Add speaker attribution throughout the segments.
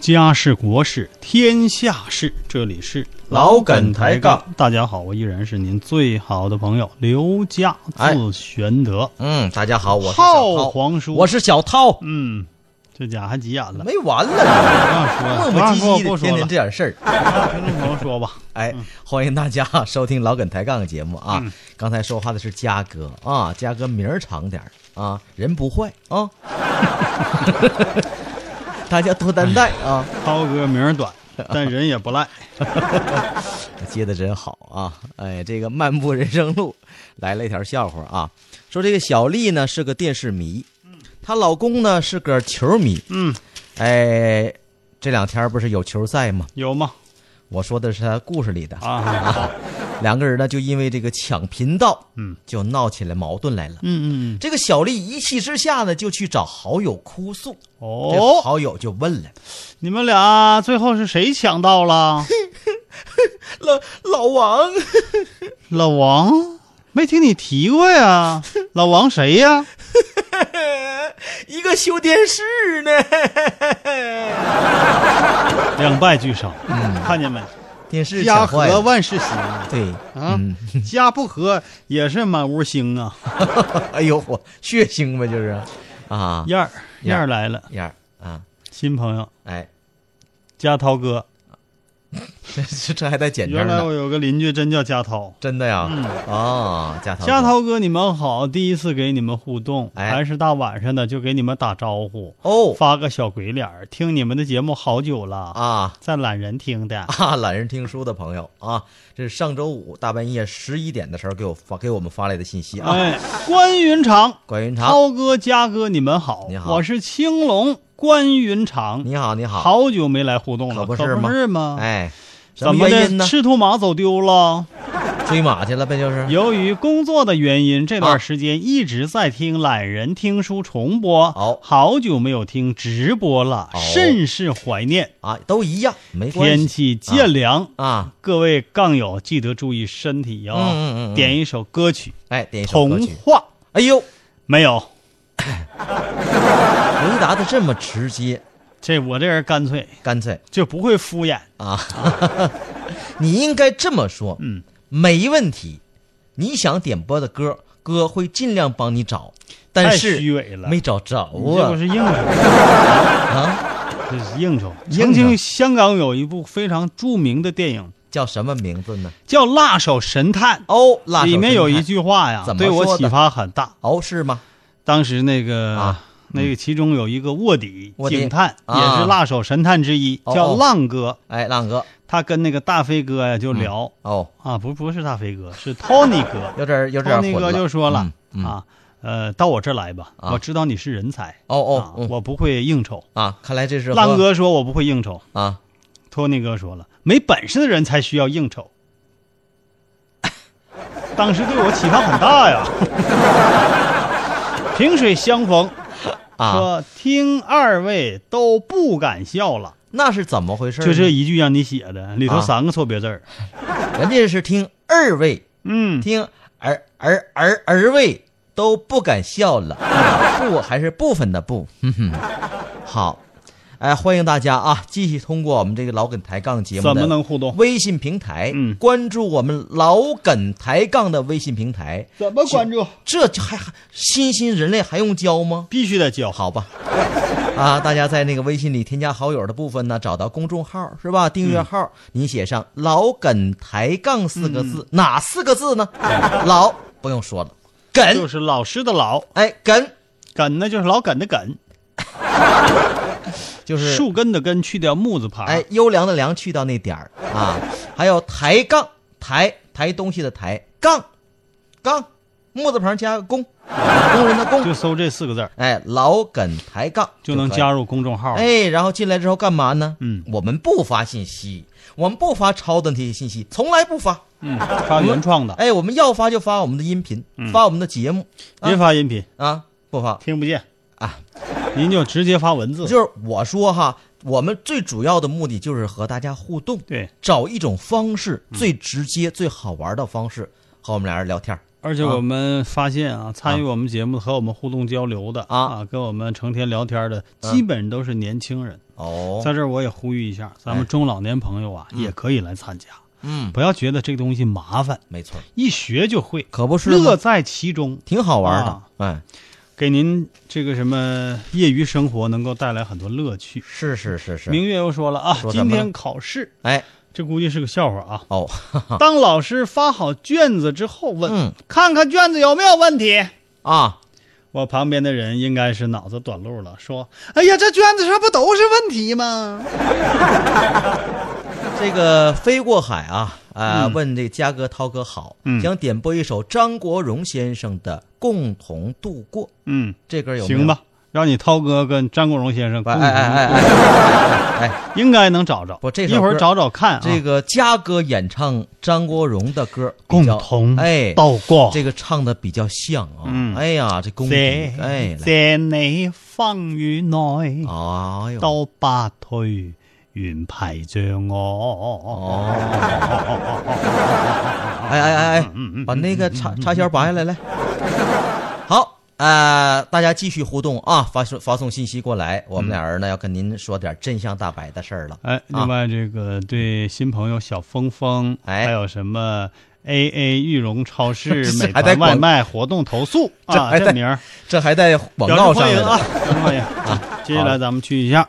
Speaker 1: 家事国事天下事，这里是
Speaker 2: 老梗抬杠。
Speaker 1: 大家好，我依然是您最好的朋友刘家，
Speaker 2: 哎
Speaker 1: 字玄德，
Speaker 2: 嗯，大家好，我是小
Speaker 1: 浩
Speaker 2: 涛，
Speaker 1: 皇叔。
Speaker 2: 我是小涛，
Speaker 1: 嗯，这家还急眼了，
Speaker 2: 没完了，你磨
Speaker 1: 不让说了，不
Speaker 2: 磨
Speaker 1: 让
Speaker 2: 唧
Speaker 1: 说
Speaker 2: 唧
Speaker 1: 不
Speaker 2: 的，
Speaker 1: 说
Speaker 2: 天
Speaker 1: 了
Speaker 2: 天，这点事儿。
Speaker 1: 嗯听众朋友说吧。
Speaker 2: 哎，欢迎大家收听老梗抬杠节目啊！
Speaker 1: 嗯
Speaker 2: 刚才说话的是嘉哥啊，嘉哥名儿长点儿啊，人不坏 啊，大家多担待啊。
Speaker 1: 涛哥名儿短，但人也不赖。
Speaker 2: 接的真好啊！哎，这个漫步人生路来了一条笑话啊，说这个小丽呢是个电视迷，她老公呢是个球迷，
Speaker 1: 嗯，
Speaker 2: 哎，这两天不是有球赛吗？
Speaker 1: 有吗？
Speaker 2: 我说的是他故事里的，
Speaker 1: 啊，
Speaker 2: 两个人呢就因为这个抢频道，
Speaker 1: 嗯，
Speaker 2: 就闹起来矛盾来了。
Speaker 1: 嗯嗯，
Speaker 2: 这个小丽一气之下呢，就去找好友哭诉。这
Speaker 1: 哦，
Speaker 2: 好友就问了：“
Speaker 1: 你们俩最后是谁抢 到了？
Speaker 2: 老老王，
Speaker 1: 老王，没听你提过呀？老王谁呀？
Speaker 2: 一个修电视 呢，
Speaker 1: 两败俱伤，
Speaker 2: 嗯
Speaker 1: 看见没？
Speaker 2: 电视
Speaker 1: 家
Speaker 2: 抢坏
Speaker 1: 和
Speaker 2: 了。
Speaker 1: 万事兴啊，
Speaker 2: 对，嗯，
Speaker 1: 家不和也是满屋兴啊。
Speaker 2: 哎呦我血腥吧，就是啊，
Speaker 1: 燕儿，
Speaker 2: 燕
Speaker 1: 燕
Speaker 2: 儿
Speaker 1: 儿来了，
Speaker 2: 燕儿啊，
Speaker 1: 新朋友
Speaker 2: 哎，
Speaker 1: 加涛哥。
Speaker 2: 这这这还带简称
Speaker 1: 原来
Speaker 2: 呢，
Speaker 1: 我有个邻居真叫加涛。
Speaker 2: 真的呀，哦，加涛，
Speaker 1: 加，涛哥，你们好！第一次给你们互动，
Speaker 2: 哎
Speaker 1: 还是大晚上的就给你们打招呼，
Speaker 2: 哦
Speaker 1: 发个小鬼脸儿。听你们的节目好久了，
Speaker 2: 啊。
Speaker 1: 在懒人听的。
Speaker 2: 啊，懒人听书的朋友啊，这是上周五大半夜十一点的时候给我发给我们发来的信息啊。
Speaker 1: 哎，关云长，
Speaker 2: 关云长，
Speaker 1: 涛哥、嘉哥，你们好，
Speaker 2: 你好
Speaker 1: 我是青龙关云长。
Speaker 2: 你好，你好，，
Speaker 1: 好久没来互动了，
Speaker 2: 可不
Speaker 1: 是
Speaker 2: 是吗
Speaker 1: 吗？
Speaker 2: 哎，什
Speaker 1: 怎么
Speaker 2: 原因呢？
Speaker 1: 的？
Speaker 2: 嗯
Speaker 1: 赤兔马走丢了。
Speaker 2: 追马去了呗，就是。
Speaker 1: 由于工作的原因，这
Speaker 2: 啊
Speaker 1: 段时间一直在听懒人听书重播，
Speaker 2: 哦
Speaker 1: 好久没有听直播了，
Speaker 2: 哦
Speaker 1: 甚是怀念。
Speaker 2: 啊，都一样，没关
Speaker 1: 天
Speaker 2: 系
Speaker 1: 气渐凉，
Speaker 2: 啊。
Speaker 1: 各位杠友记得注意身体哦。
Speaker 2: 嗯嗯嗯嗯
Speaker 1: 点一首歌曲
Speaker 2: 哎，点一
Speaker 1: 《
Speaker 2: 首歌
Speaker 1: 童
Speaker 2: 曲。
Speaker 1: 话》，
Speaker 2: 哎呦，
Speaker 1: 没有，
Speaker 2: 回答的这么直接，
Speaker 1: 这我这人干脆
Speaker 2: 干脆
Speaker 1: 就不会敷衍。
Speaker 2: 啊。 你应该这么说，
Speaker 1: 嗯，
Speaker 2: 没问题。你想点播的歌，哥会尽量帮你找，但
Speaker 1: 太
Speaker 2: 是
Speaker 1: 虚伪了
Speaker 2: 没找着啊。
Speaker 1: 你这不是应酬，
Speaker 2: 啊，
Speaker 1: 这是应酬。
Speaker 2: 应酬
Speaker 1: 曾经香港有一部非常著名的电影
Speaker 2: 叫什么名字呢？
Speaker 1: 叫《辣手神探》。
Speaker 2: 哦，辣手
Speaker 1: 里面有
Speaker 2: 神
Speaker 1: 一
Speaker 2: 探
Speaker 1: 句话呀，
Speaker 2: 怎么
Speaker 1: 对我
Speaker 2: 说的
Speaker 1: 启发很大。
Speaker 2: 哦，是吗？
Speaker 1: 当时那个、
Speaker 2: 啊
Speaker 1: 那个其中有一个卧底
Speaker 2: 卧底
Speaker 1: 警探，
Speaker 2: 啊
Speaker 1: 也是辣手神探之一，
Speaker 2: 哦
Speaker 1: 叫
Speaker 2: 哦
Speaker 1: 浪哥。
Speaker 2: 哎，浪哥，
Speaker 1: 他跟那个大飞哥呀就聊、
Speaker 2: 哦，
Speaker 1: 啊，不不是大飞哥，是 Tony 哥。
Speaker 2: 有点儿有点儿混
Speaker 1: Tony 哥哦就说了、
Speaker 2: 嗯嗯
Speaker 1: 啊，呃，到我这儿来吧，
Speaker 2: 啊
Speaker 1: 我知道你是人才。
Speaker 2: 哦
Speaker 1: 啊
Speaker 2: 哦，嗯
Speaker 1: 我不会应酬。
Speaker 2: 啊，看来这是和
Speaker 1: 浪哥说我不会应酬，
Speaker 2: 啊，
Speaker 1: 托尼哥说了，没本事的人才需要应酬。 当时对我启发很大呀。 萍水相逢，
Speaker 2: 啊
Speaker 1: 说听二位都不敢笑了，
Speaker 2: 那是怎么回事呢？
Speaker 1: 就这一句让你写的，里头
Speaker 2: 啊
Speaker 1: 三个错别字儿。
Speaker 2: 人家是听二位，
Speaker 1: 嗯，
Speaker 2: 听儿儿儿儿位都不敢笑了，不还是部分的不，哼哼，好。哎，欢迎大家啊！继续通过我们这个老梗抬杠节目的
Speaker 1: 嗯怎么能互动
Speaker 2: 微信平台，
Speaker 1: 嗯
Speaker 2: 关注我们老梗抬杠的微信平台，
Speaker 1: 怎么关注？
Speaker 2: 这就还还新新人类还用教吗？
Speaker 1: 必须得教。
Speaker 2: 好吧。 啊，大家在那个微信里添加好友的部分呢，找到公众号是吧？订
Speaker 1: 嗯
Speaker 2: 阅号，您写上“老梗抬杠”四个
Speaker 1: 嗯
Speaker 2: 字，哪四个字呢？ 老不用说了，
Speaker 1: 就
Speaker 2: 梗，
Speaker 1: 是老师的老
Speaker 2: 哎，梗
Speaker 1: 梗呢，就是老梗的梗，
Speaker 2: 就是
Speaker 1: 树根的根去掉木字旁。
Speaker 2: 哎，，优良的良去掉那点儿啊，还有抬杠，抬抬东西的抬，杠，杠，木字旁加个弓，工人的工，
Speaker 1: 就搜这四个字儿
Speaker 2: 哎，老梗抬杠
Speaker 1: 就能
Speaker 2: 可以
Speaker 1: 加入公众号。
Speaker 2: 哎，然后进来之后干嘛呢？
Speaker 1: 嗯
Speaker 2: 我们不发信息，我们不发抄的那些信息，从来不发。
Speaker 1: 嗯，发原创的，
Speaker 2: 哎，我们要发就发我们的音频，发我们的节目
Speaker 1: 别发音频，
Speaker 2: 啊，不发
Speaker 1: 听不见，
Speaker 2: 哎啊。
Speaker 1: 您就直接发文字。
Speaker 2: 就是我说哈，我们最主要的目的就是和大家互动，
Speaker 1: 对，
Speaker 2: 找一种方式最直接、最好玩的方式和我们俩人聊天儿。
Speaker 1: 而且我们发现啊，参与我们节目和我们互动交流的
Speaker 2: 啊嗯
Speaker 1: 跟我们成天聊天的，基本都是年轻人。
Speaker 2: 哦，哎
Speaker 1: 在这儿我也呼吁一下，咱们中老年朋友啊，也可以来参加，
Speaker 2: 嗯，
Speaker 1: 不要觉得这东西麻烦，
Speaker 2: 没错，
Speaker 1: 一学就会，
Speaker 2: 可不是吗
Speaker 1: 乐在其中，
Speaker 2: 挺好玩的
Speaker 1: 啊。
Speaker 2: 哎，
Speaker 1: 给您这个什么业余生活能够带来很多乐趣。
Speaker 2: 是是是是，
Speaker 1: 明月又说了啊，
Speaker 2: 说什
Speaker 1: 今
Speaker 2: 么呢
Speaker 1: 天考试，
Speaker 2: 哎，
Speaker 1: 这估计是个笑话啊。
Speaker 2: 哦，
Speaker 1: 当老师发好卷子之后问，
Speaker 2: 嗯
Speaker 1: 看看卷子有没有问题。
Speaker 2: 啊，
Speaker 1: 我旁边的人应该是脑子短路了，说：“哎呀，这卷子上不都是问题吗
Speaker 2: 这个飞过海啊，啊，
Speaker 1: 嗯
Speaker 2: 问这嘉哥、涛哥好，
Speaker 1: 嗯
Speaker 2: 想点播一首张国荣先生的《共同度过》，？”
Speaker 1: 嗯，
Speaker 2: 这歌有没有
Speaker 1: 行？吧，让你涛哥跟张国荣先
Speaker 2: 哎
Speaker 1: 生共同，
Speaker 2: 哎哎哎哎，
Speaker 1: 应该能找着。
Speaker 2: 不这首
Speaker 1: 一会儿
Speaker 2: 歌
Speaker 1: 找找看啊。
Speaker 2: 这个嘉哥演唱张国荣的歌，
Speaker 1: 共
Speaker 2: 比较
Speaker 1: 同
Speaker 2: 哎，
Speaker 1: 度过，
Speaker 2: 这个唱的比较像啊，
Speaker 1: 嗯
Speaker 2: 哎呀，这公平，哎
Speaker 1: 在，在你风雨内，
Speaker 2: 来哎呦，
Speaker 1: 都不退，原陪着我。
Speaker 2: 哦，
Speaker 1: 嗯
Speaker 2: 哎哎哎哎，把那个插插销拔下来，来。 好，呃，大家继续互动啊，发送发送信息过来，我们俩人呢要跟您说点真相大白的事儿了。
Speaker 1: 哎，另外这个对新朋友小峰峰，
Speaker 2: 哎
Speaker 1: 还有什么 A A 裕隆超 市美
Speaker 2: 还在
Speaker 1: 团外
Speaker 2: 广
Speaker 1: 卖活动投 诉啊，
Speaker 2: 还在
Speaker 1: 这名儿
Speaker 2: 这还带广告上
Speaker 1: 表
Speaker 2: 来
Speaker 1: 示欢迎啊
Speaker 2: 的，
Speaker 1: 表示欢迎啊！接下来咱们去一下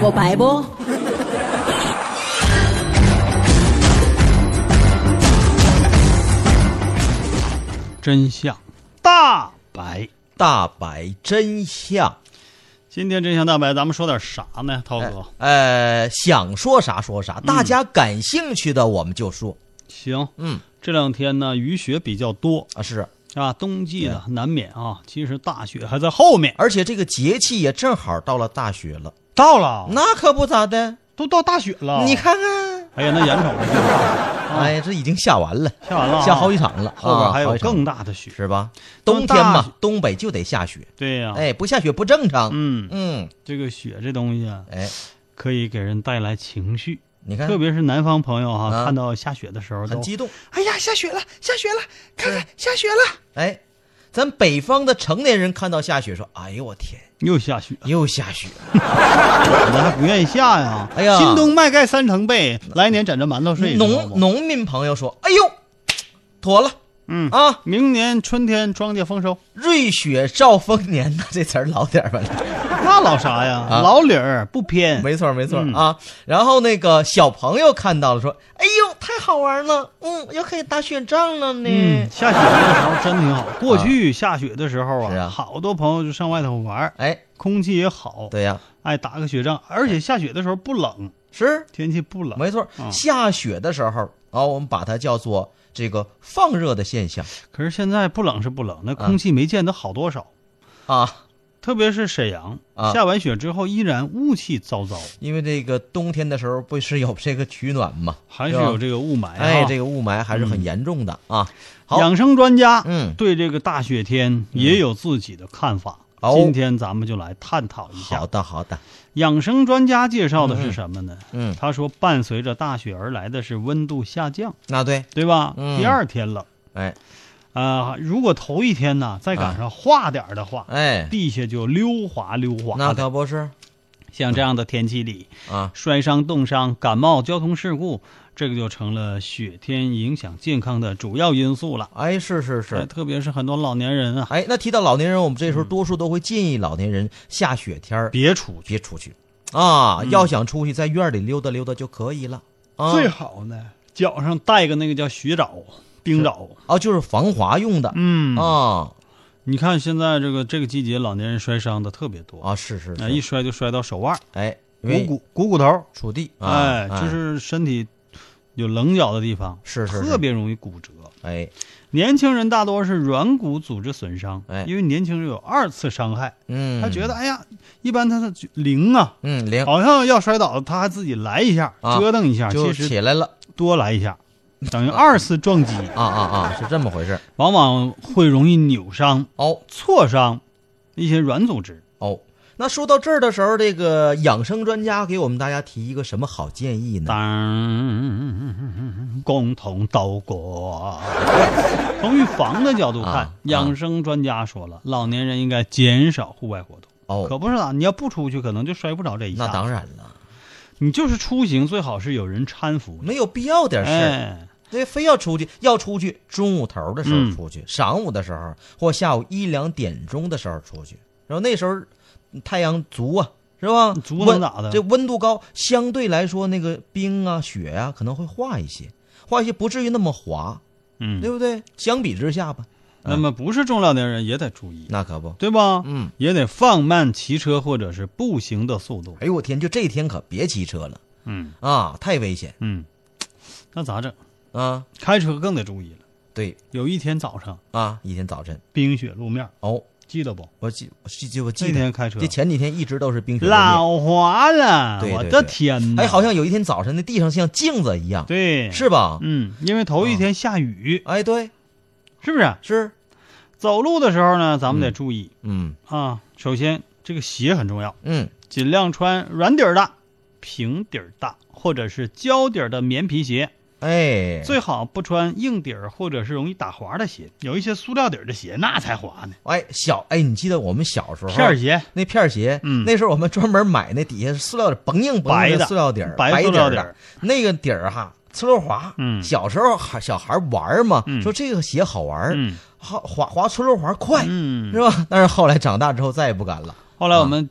Speaker 3: 我白不？
Speaker 1: 真相大白。
Speaker 2: 大白真相，
Speaker 1: 今天真相大白，咱们说点啥呢？涛
Speaker 2: 哎
Speaker 1: 哥，
Speaker 4: 哦
Speaker 2: 呃，想说啥说啥，
Speaker 4: 嗯
Speaker 2: 大家感兴趣的我们就说。
Speaker 1: 行，
Speaker 2: 嗯
Speaker 1: 这两天呢雨雪比较多
Speaker 2: 啊，是，
Speaker 1: 啊，冬季呢难免啊，其实大雪还在后面。
Speaker 2: 而且这个节气也正好到了大雪了，
Speaker 1: 到
Speaker 4: 哦
Speaker 1: 了，
Speaker 2: 那可不咋的。
Speaker 1: 都到大雪了，
Speaker 2: 你，看
Speaker 4: 哦
Speaker 2: 看，
Speaker 1: 哎呀，那眼瞅着就有大雪。
Speaker 2: 哎，这已经下完了，
Speaker 1: 下
Speaker 4: 哦
Speaker 1: 完了 啊
Speaker 2: 下好几场了，
Speaker 1: 后边还
Speaker 2: 啊
Speaker 1: 有
Speaker 2: 好几场
Speaker 1: 更大的雪。
Speaker 2: 是吧？冬
Speaker 1: 更
Speaker 2: 天
Speaker 1: 大
Speaker 2: 嘛，东北就得下雪，
Speaker 1: 对
Speaker 4: 哦
Speaker 1: 呀、
Speaker 2: 哎，不下雪不正常。
Speaker 1: 嗯，
Speaker 2: 嗯，
Speaker 1: 这个雪这东西啊，
Speaker 2: 哎，
Speaker 1: 可以给人带来情绪，
Speaker 2: 你看
Speaker 1: 特，别是南方朋友哈、
Speaker 2: 哎啊
Speaker 1: 看到下雪的时候都
Speaker 2: 很激动。嗯
Speaker 4: 哎呀，下雪了，下雪了，看看下雪了。
Speaker 2: 哎，咱北方的成年人看到下雪说：“哎呦我天，
Speaker 1: 又下雪，
Speaker 2: 又下雪了。
Speaker 1: 我还不愿意下呀。
Speaker 2: 哎呀
Speaker 1: 新冬麦盖三层被，来年枕着馒头睡。知道
Speaker 2: 农
Speaker 1: 吗
Speaker 2: 农民朋友说：“哎呦，妥了
Speaker 1: 嗯，
Speaker 2: 啊，
Speaker 1: 明年春天庄稼丰收，
Speaker 2: 瑞雪兆丰年呐， 这词儿老点儿吧。”
Speaker 1: 那老啥呀？
Speaker 2: 啊
Speaker 1: 老理儿不偏，
Speaker 2: 没错，没错、
Speaker 1: 嗯
Speaker 2: 啊。然后那个小朋友看到了，说：“哎呦，太好玩了，嗯，又可以打雪仗了呢。
Speaker 1: 嗯，下雪的时候真挺好。过去下雪的时候
Speaker 2: 啊是
Speaker 1: 啊，
Speaker 2: 啊
Speaker 1: 好多朋友就上外头玩儿，
Speaker 2: 哎，
Speaker 1: 空气也好，
Speaker 2: 对呀、
Speaker 1: 爱打个雪仗，而且下雪的时候不冷，
Speaker 2: 是
Speaker 1: 天气不冷。
Speaker 2: 没错。
Speaker 1: 嗯
Speaker 2: 下雪的时候啊、我们把它叫做这个放热的现象
Speaker 1: 可是现在不冷是不冷，那空气没见得好多少，
Speaker 2: 啊，
Speaker 1: 特别是沈阳，
Speaker 2: 啊
Speaker 1: 下完雪之后依然雾气糟糟，
Speaker 2: 因为这个冬天的时候不是有这个取暖嘛，
Speaker 1: 还是
Speaker 2: 对吧
Speaker 1: 有这个雾霾啊。
Speaker 2: 哎，这个雾霾还是很严重的、啊。好，
Speaker 1: 养生专家，
Speaker 2: 嗯
Speaker 1: 对这个大雪天也有自己的看法。
Speaker 2: 哦
Speaker 1: 今天咱们就来探讨一下
Speaker 2: 好。的，好的，
Speaker 1: 养生专家介绍的是什么呢？
Speaker 2: 嗯嗯
Speaker 1: 他说伴随着大雪而来的是温度下降，
Speaker 2: 那对，
Speaker 1: 对吧？
Speaker 2: 嗯
Speaker 1: 第二天冷，
Speaker 2: 哎
Speaker 1: 啊、如果头一天呢再赶
Speaker 2: 啊
Speaker 1: 上化点儿的话，
Speaker 2: 哎，
Speaker 1: 地下就溜滑溜滑
Speaker 2: 那
Speaker 1: 的。
Speaker 2: 可不是
Speaker 1: 像这样的天气里，
Speaker 2: 啊，
Speaker 1: 摔伤、冻伤、感冒、交通事故、这个就成了雪天影响健康的主要因素了。
Speaker 2: 哎，是是
Speaker 1: 哎
Speaker 2: 是。
Speaker 1: 特别是很多老年人啊，
Speaker 2: 哎，那提到老年人，我们这时候多数都会建议老年人下雪天儿
Speaker 1: 别嗯出去，
Speaker 2: 别出去啊，要想出去，在院里溜达溜达就可以了。啊
Speaker 1: 最好呢脚上带个那个叫雪爪、冰爪。
Speaker 2: 啊，就是防滑用的
Speaker 1: 嗯，
Speaker 2: 啊
Speaker 1: 你看现在这个这个季节，老年人摔伤的特别多
Speaker 2: 啊，是是
Speaker 1: 啊，一
Speaker 2: 是，
Speaker 1: 摔就摔到手腕、
Speaker 2: 哎，因
Speaker 1: 股
Speaker 2: 为
Speaker 1: 骨、股骨头，
Speaker 2: 触地啊，
Speaker 1: 哎，就是身体有棱角的地方，
Speaker 2: 是是是
Speaker 1: 特别容易骨折。
Speaker 2: 哎
Speaker 1: 年轻人大多是软骨组织损伤，
Speaker 2: 哎
Speaker 1: 因为年轻人有二次伤害，
Speaker 2: 嗯，
Speaker 1: 他觉得哎呀，一般他的灵啊，
Speaker 2: 嗯灵
Speaker 1: 好像要摔倒了，他还自己来一下，
Speaker 2: 啊
Speaker 1: 折腾一下，
Speaker 2: 就
Speaker 1: 其实
Speaker 2: 起来了
Speaker 1: 多来一下，等于二次撞击，
Speaker 2: 啊啊啊，是这么回事
Speaker 1: 往往会容易扭伤、
Speaker 2: 哦
Speaker 1: 挫伤一些软组织。
Speaker 2: 哦。那说到这儿的时候，这个养生专家给我们大家提一个什么好建议呢？
Speaker 1: 当共同斗过。从预防的角度看，
Speaker 2: 啊
Speaker 1: 养生专家说了，老年人应该减少户外活动。可
Speaker 2: 哦，
Speaker 1: 不是啊，你要不出去，可能就摔不着这一下。
Speaker 2: 那当，然了，
Speaker 1: 你就是出行最好是有人搀扶你。
Speaker 2: 没有必要点事儿，
Speaker 1: 哎，
Speaker 2: 对，非要出去，要出去，中午头的时候
Speaker 1: 嗯
Speaker 2: 出去，晌午的时候或下午一两点钟的时候出去，然后那时候太阳足啊，是吧？
Speaker 1: 足
Speaker 2: 温
Speaker 1: 能咋的
Speaker 2: 这温度高，相对来说那个冰啊、雪啊可能会化一些，化一些不至于那么滑，对
Speaker 1: 嗯，
Speaker 2: 不对？相比之下吧，
Speaker 1: 那么不是中老年人也得注意，
Speaker 2: 那可不，
Speaker 1: 对吧？
Speaker 2: 嗯，
Speaker 1: 也得放慢骑车或者是步行的速度。
Speaker 2: 哎呦我天，就这天可别骑车了
Speaker 1: 嗯
Speaker 2: 啊，太危险
Speaker 1: 嗯，那咋整？
Speaker 2: 啊！
Speaker 1: 开车更得注意了。
Speaker 2: 对
Speaker 1: 有一天早上
Speaker 2: 啊，一天早晨
Speaker 1: 冰雪路面，
Speaker 2: 哦，
Speaker 1: 记得不？
Speaker 2: 我记我记我记
Speaker 1: 那
Speaker 2: 得
Speaker 1: 天开车哦
Speaker 2: 这前几天一直都是冰雪路面
Speaker 1: 老滑了，
Speaker 2: 对对
Speaker 1: 我
Speaker 2: 对
Speaker 1: 的天呐！
Speaker 2: 哎，好像有一天早晨，那地上像镜子一样，
Speaker 1: 对，
Speaker 2: 是吧？
Speaker 1: 嗯，因为头一天下雨，
Speaker 2: 哎，对，
Speaker 1: 是不是？
Speaker 2: 是，
Speaker 1: 走路的时候呢，咱们得注意、
Speaker 2: 嗯
Speaker 1: 啊。首先，这个鞋很重要，
Speaker 2: 嗯，
Speaker 1: 尽量穿软底儿的、平底儿的或者是胶底儿的棉皮鞋，
Speaker 2: 哎，
Speaker 1: 最好不穿硬底儿或者是容易打滑的鞋。有一些塑料底儿的鞋，那才滑呢。
Speaker 2: 哎小哎，你记得我们小时候
Speaker 1: 片儿鞋，
Speaker 2: 那片儿鞋，
Speaker 1: 嗯
Speaker 2: 那时候我们专门买那底下是塑料底儿，甭硬
Speaker 1: 白
Speaker 2: 甭硬
Speaker 1: 的
Speaker 2: 塑料底儿，
Speaker 1: 白
Speaker 2: 白
Speaker 1: 塑料
Speaker 2: 底
Speaker 1: 底
Speaker 2: 儿
Speaker 1: 儿
Speaker 2: 的，那个底儿哈。呲溜滑，
Speaker 1: 嗯
Speaker 2: 小时候孩小孩玩儿嘛，
Speaker 1: 嗯
Speaker 2: 说这个鞋好玩儿，
Speaker 1: 嗯
Speaker 2: 好滑滑呲溜滑快，
Speaker 1: 嗯
Speaker 2: 是。吧？但是后来长大之后再也不敢了。
Speaker 1: 后来我们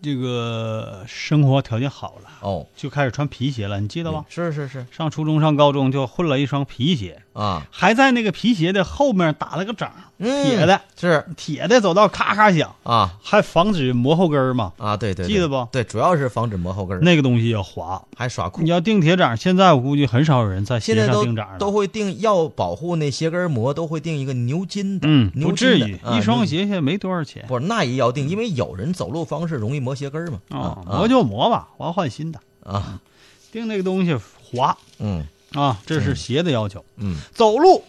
Speaker 1: 这个生活条件好了，
Speaker 2: 哦，嗯
Speaker 1: 就开始穿皮鞋了，你记得吧？
Speaker 2: 是是是
Speaker 1: 上初中、上高中就混了一双皮鞋，
Speaker 2: 啊，
Speaker 1: 还在那个皮鞋的后面打了个掌，
Speaker 2: 嗯
Speaker 1: 铁的，
Speaker 2: 是
Speaker 1: 铁的走道咔咔响，
Speaker 2: 啊
Speaker 1: 还防止磨后跟儿嘛。
Speaker 2: 啊，对对，对
Speaker 1: 记得不
Speaker 2: 对，主要是防止磨后跟儿，
Speaker 1: 那个东西要滑，
Speaker 2: 还耍酷
Speaker 1: 你。要钉铁掌，现在我估计很少有人在
Speaker 2: 现
Speaker 1: 鞋
Speaker 2: 在
Speaker 1: 上
Speaker 2: 都
Speaker 1: 钉掌了。
Speaker 2: 都会定要保护那鞋跟膜，都会定一个牛筋的，
Speaker 1: 嗯，
Speaker 2: 牛
Speaker 1: 不
Speaker 2: 筋
Speaker 1: 至
Speaker 2: 的
Speaker 1: 于，
Speaker 2: 啊
Speaker 1: 一
Speaker 2: 牛
Speaker 1: 双
Speaker 2: 筋
Speaker 1: 鞋也没多少钱
Speaker 2: 不是那也要定，因为有人走路方式容易磨鞋跟儿嘛。
Speaker 1: 啊
Speaker 2: 啊，，
Speaker 1: 磨就磨吧，完换新的。
Speaker 2: 啊啊，
Speaker 1: 钉那个东西滑
Speaker 2: 嗯
Speaker 1: 啊，这是鞋的要求。
Speaker 2: 嗯
Speaker 1: 走路，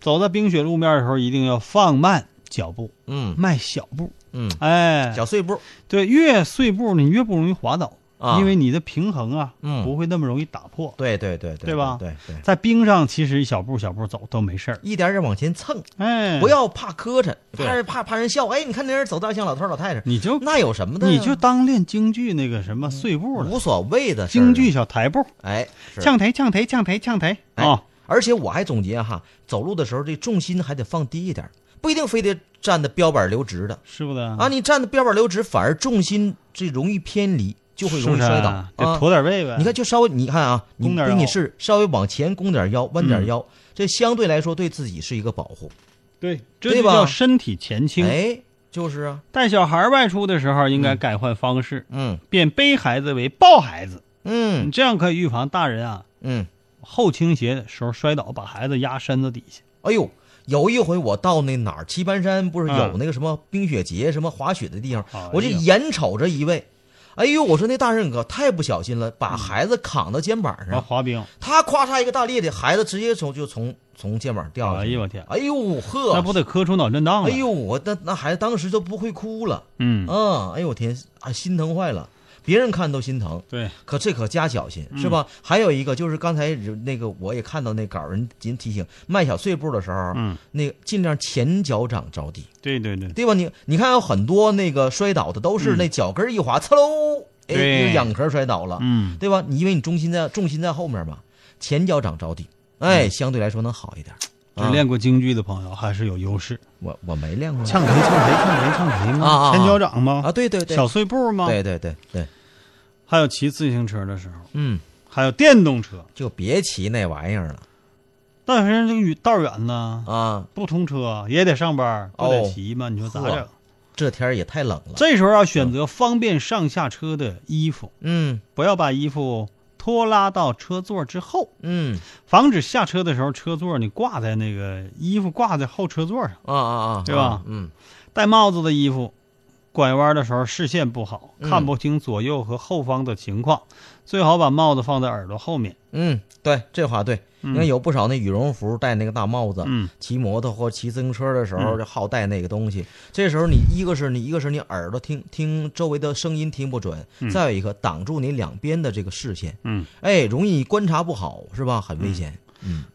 Speaker 1: 走在冰雪路面的时候，一定要放慢脚步，
Speaker 2: 嗯
Speaker 1: 迈小步。
Speaker 2: 嗯，
Speaker 1: 哎，
Speaker 2: 小碎步
Speaker 1: 对，越碎步你越不容易滑倒，
Speaker 2: 啊，
Speaker 1: 因为你的平衡啊，
Speaker 2: 嗯
Speaker 1: 不会那么容易打破。
Speaker 2: 对对对对
Speaker 1: 对吧
Speaker 2: 对对，
Speaker 1: 在冰上，其实一小步小步走都没事儿。
Speaker 2: 一点点往前蹭，
Speaker 1: 哎，
Speaker 2: 不，要怕磕碜，
Speaker 1: 对
Speaker 2: 怕人怕怕人笑。哎，你看那人走道像老头老太太，
Speaker 1: 你就
Speaker 2: 那有什么的呀？啊嗯
Speaker 1: 你就当练京剧那个什么碎步了，
Speaker 2: 无所谓的事儿啊
Speaker 1: 京剧，小台步，
Speaker 2: 哎，是
Speaker 1: 呛台呛台呛台呛台
Speaker 2: 哎
Speaker 1: 啊，
Speaker 2: 而且我还总结哈，走路的时候这重心还得放低一点儿，不一定非得站的标板留直的。
Speaker 1: 是不是
Speaker 2: 啊，？你站的标板留直，反而重心这容易偏离，就会容易摔倒
Speaker 1: 是不是得
Speaker 2: 啊。
Speaker 1: 驼点位呗。
Speaker 2: 你看，，就稍微你看啊，你
Speaker 1: 弓点
Speaker 2: 对你
Speaker 1: 腰
Speaker 2: 是稍微往前弓点腰，弯点
Speaker 1: 嗯
Speaker 2: 腰，这相对来说对自己是一个保护。
Speaker 1: 对，这
Speaker 2: 对
Speaker 1: 就
Speaker 2: 吧
Speaker 1: 叫身体前倾。
Speaker 2: 哎，就是啊，
Speaker 1: 带小孩外出的时候，应该改换方式，
Speaker 2: 嗯
Speaker 1: 变背孩子为抱孩子，你
Speaker 2: 嗯
Speaker 1: 这样可以预防大人啊
Speaker 2: 嗯，
Speaker 1: 后倾斜的时候摔倒，把孩子压身子底下。
Speaker 2: 哎呦。有一回我到那哪儿棋盘山，不是有
Speaker 1: 嗯
Speaker 2: 那个什么冰雪节、什么滑雪的地
Speaker 1: 哎
Speaker 2: 方
Speaker 1: 呀，
Speaker 2: 我就眼瞅着一位，哎呦，我说那大人可太不小心了，
Speaker 1: 嗯
Speaker 2: 把孩子扛到肩膀
Speaker 1: 然后
Speaker 2: 上，
Speaker 1: 滑冰，
Speaker 2: 他咵嚓一个大趔趄，孩子直接从就从从肩膀掉下
Speaker 1: 哎
Speaker 2: 去
Speaker 1: 呦
Speaker 2: 了。
Speaker 1: 我天，
Speaker 2: 哎呦呵，
Speaker 1: 那不得磕出脑震荡了？
Speaker 2: 哎呦，我那那孩子当时都不会哭了，
Speaker 1: 嗯，
Speaker 2: 啊，哎呦我天啊，心疼坏了，别人看都心疼，
Speaker 1: 对，
Speaker 2: 可这可加小心
Speaker 1: 嗯
Speaker 2: 是吧？还有一个就是刚才人那个我也看到那稿儿人您提醒，迈小碎步的时候，
Speaker 1: 嗯，
Speaker 2: 那个尽量前脚掌着地，
Speaker 1: 对对对，
Speaker 2: 对吧？你你看有很多那个摔倒的都是
Speaker 1: 嗯
Speaker 2: 那脚跟儿一滑，呲喽，哎，
Speaker 1: 对
Speaker 2: 就仰壳摔倒了，
Speaker 1: 嗯，
Speaker 2: 对吧？你因为你重心在重心在后面嘛，前脚掌着地，哎，相对来说能好一点。
Speaker 1: 嗯
Speaker 2: 啊
Speaker 1: 只练过京剧的朋友还是有优势。
Speaker 2: 我我没练过
Speaker 1: 唱谁唱谁唱谁唱
Speaker 2: 啊
Speaker 1: 谁
Speaker 2: 啊
Speaker 1: 吗？
Speaker 2: 啊
Speaker 1: 前脚掌吗？
Speaker 2: 啊，对对对，
Speaker 1: 小碎步吗？
Speaker 2: 对对对对，
Speaker 1: 还有骑自行车的时候，
Speaker 2: 嗯，
Speaker 1: 还有电动车，
Speaker 2: 就别骑那玩意儿了
Speaker 1: 但是这个远道远呢，
Speaker 2: 啊！
Speaker 1: 不通车也得上班，不得骑吗？你说咋整
Speaker 2: 呵？这天儿也太冷了，
Speaker 1: 这时候要选择方便上下车的衣服，
Speaker 2: 嗯
Speaker 1: 不要把衣服拖拉到车座之后，
Speaker 2: 嗯
Speaker 1: 防止下车的时候车座你挂在那个衣服挂在后车座上。
Speaker 2: 啊啊啊，
Speaker 1: 对吧
Speaker 2: 嗯
Speaker 1: 戴帽子的衣服，拐弯的时候视线不好，
Speaker 2: 嗯
Speaker 1: 看不清左右和后方的情况，最好把帽子放在耳朵后面。
Speaker 2: 嗯，对，这话对。你看有不少那羽绒服戴那个大帽子，
Speaker 1: 嗯
Speaker 2: 骑摩托或骑自行车的时候就好戴那个东西。这时候你一个是你一个是你耳朵听听周围的声音听不准，再有一个挡住你两边的这个视线，
Speaker 1: 嗯，
Speaker 2: 哎，容易观察不好是吧？很危险。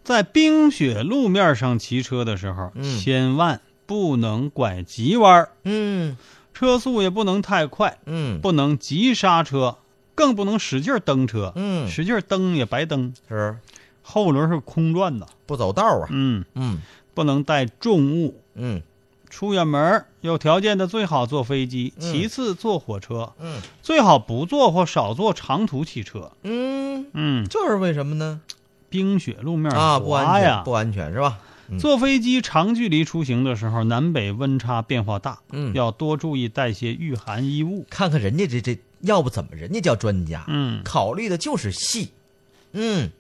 Speaker 1: 在冰雪路面上骑车的时候，
Speaker 2: 嗯
Speaker 1: 千万不能拐急弯儿，
Speaker 2: 嗯
Speaker 1: 车速也不能太快，
Speaker 2: 嗯，
Speaker 1: 不能急刹车，更不能使劲儿蹬车。
Speaker 2: 嗯
Speaker 1: 使劲儿蹬也白蹬，
Speaker 2: 是
Speaker 1: 后轮是空转的。
Speaker 2: 不走道啊。
Speaker 1: 嗯，
Speaker 2: 嗯
Speaker 1: 不能带重物。
Speaker 2: 嗯
Speaker 1: 出远门儿有条件的最好坐飞机，
Speaker 2: 嗯
Speaker 1: 其次坐火车，
Speaker 2: 嗯
Speaker 1: 最好不坐或少坐长途汽车。
Speaker 2: 嗯，
Speaker 1: 嗯，
Speaker 2: 这是为什么呢？
Speaker 1: 冰雪路面
Speaker 2: 啊，不
Speaker 1: 滑
Speaker 2: 安
Speaker 1: 哎呀
Speaker 2: 全，。不安全是吧？嗯
Speaker 1: 坐飞机长距离出行的时候，南北温差变化大，
Speaker 2: 嗯
Speaker 1: 要多注意带些御寒衣物。
Speaker 2: 看看人家这这，要不怎么人家叫专家？
Speaker 1: 嗯，
Speaker 2: 考虑的就是细，嗯，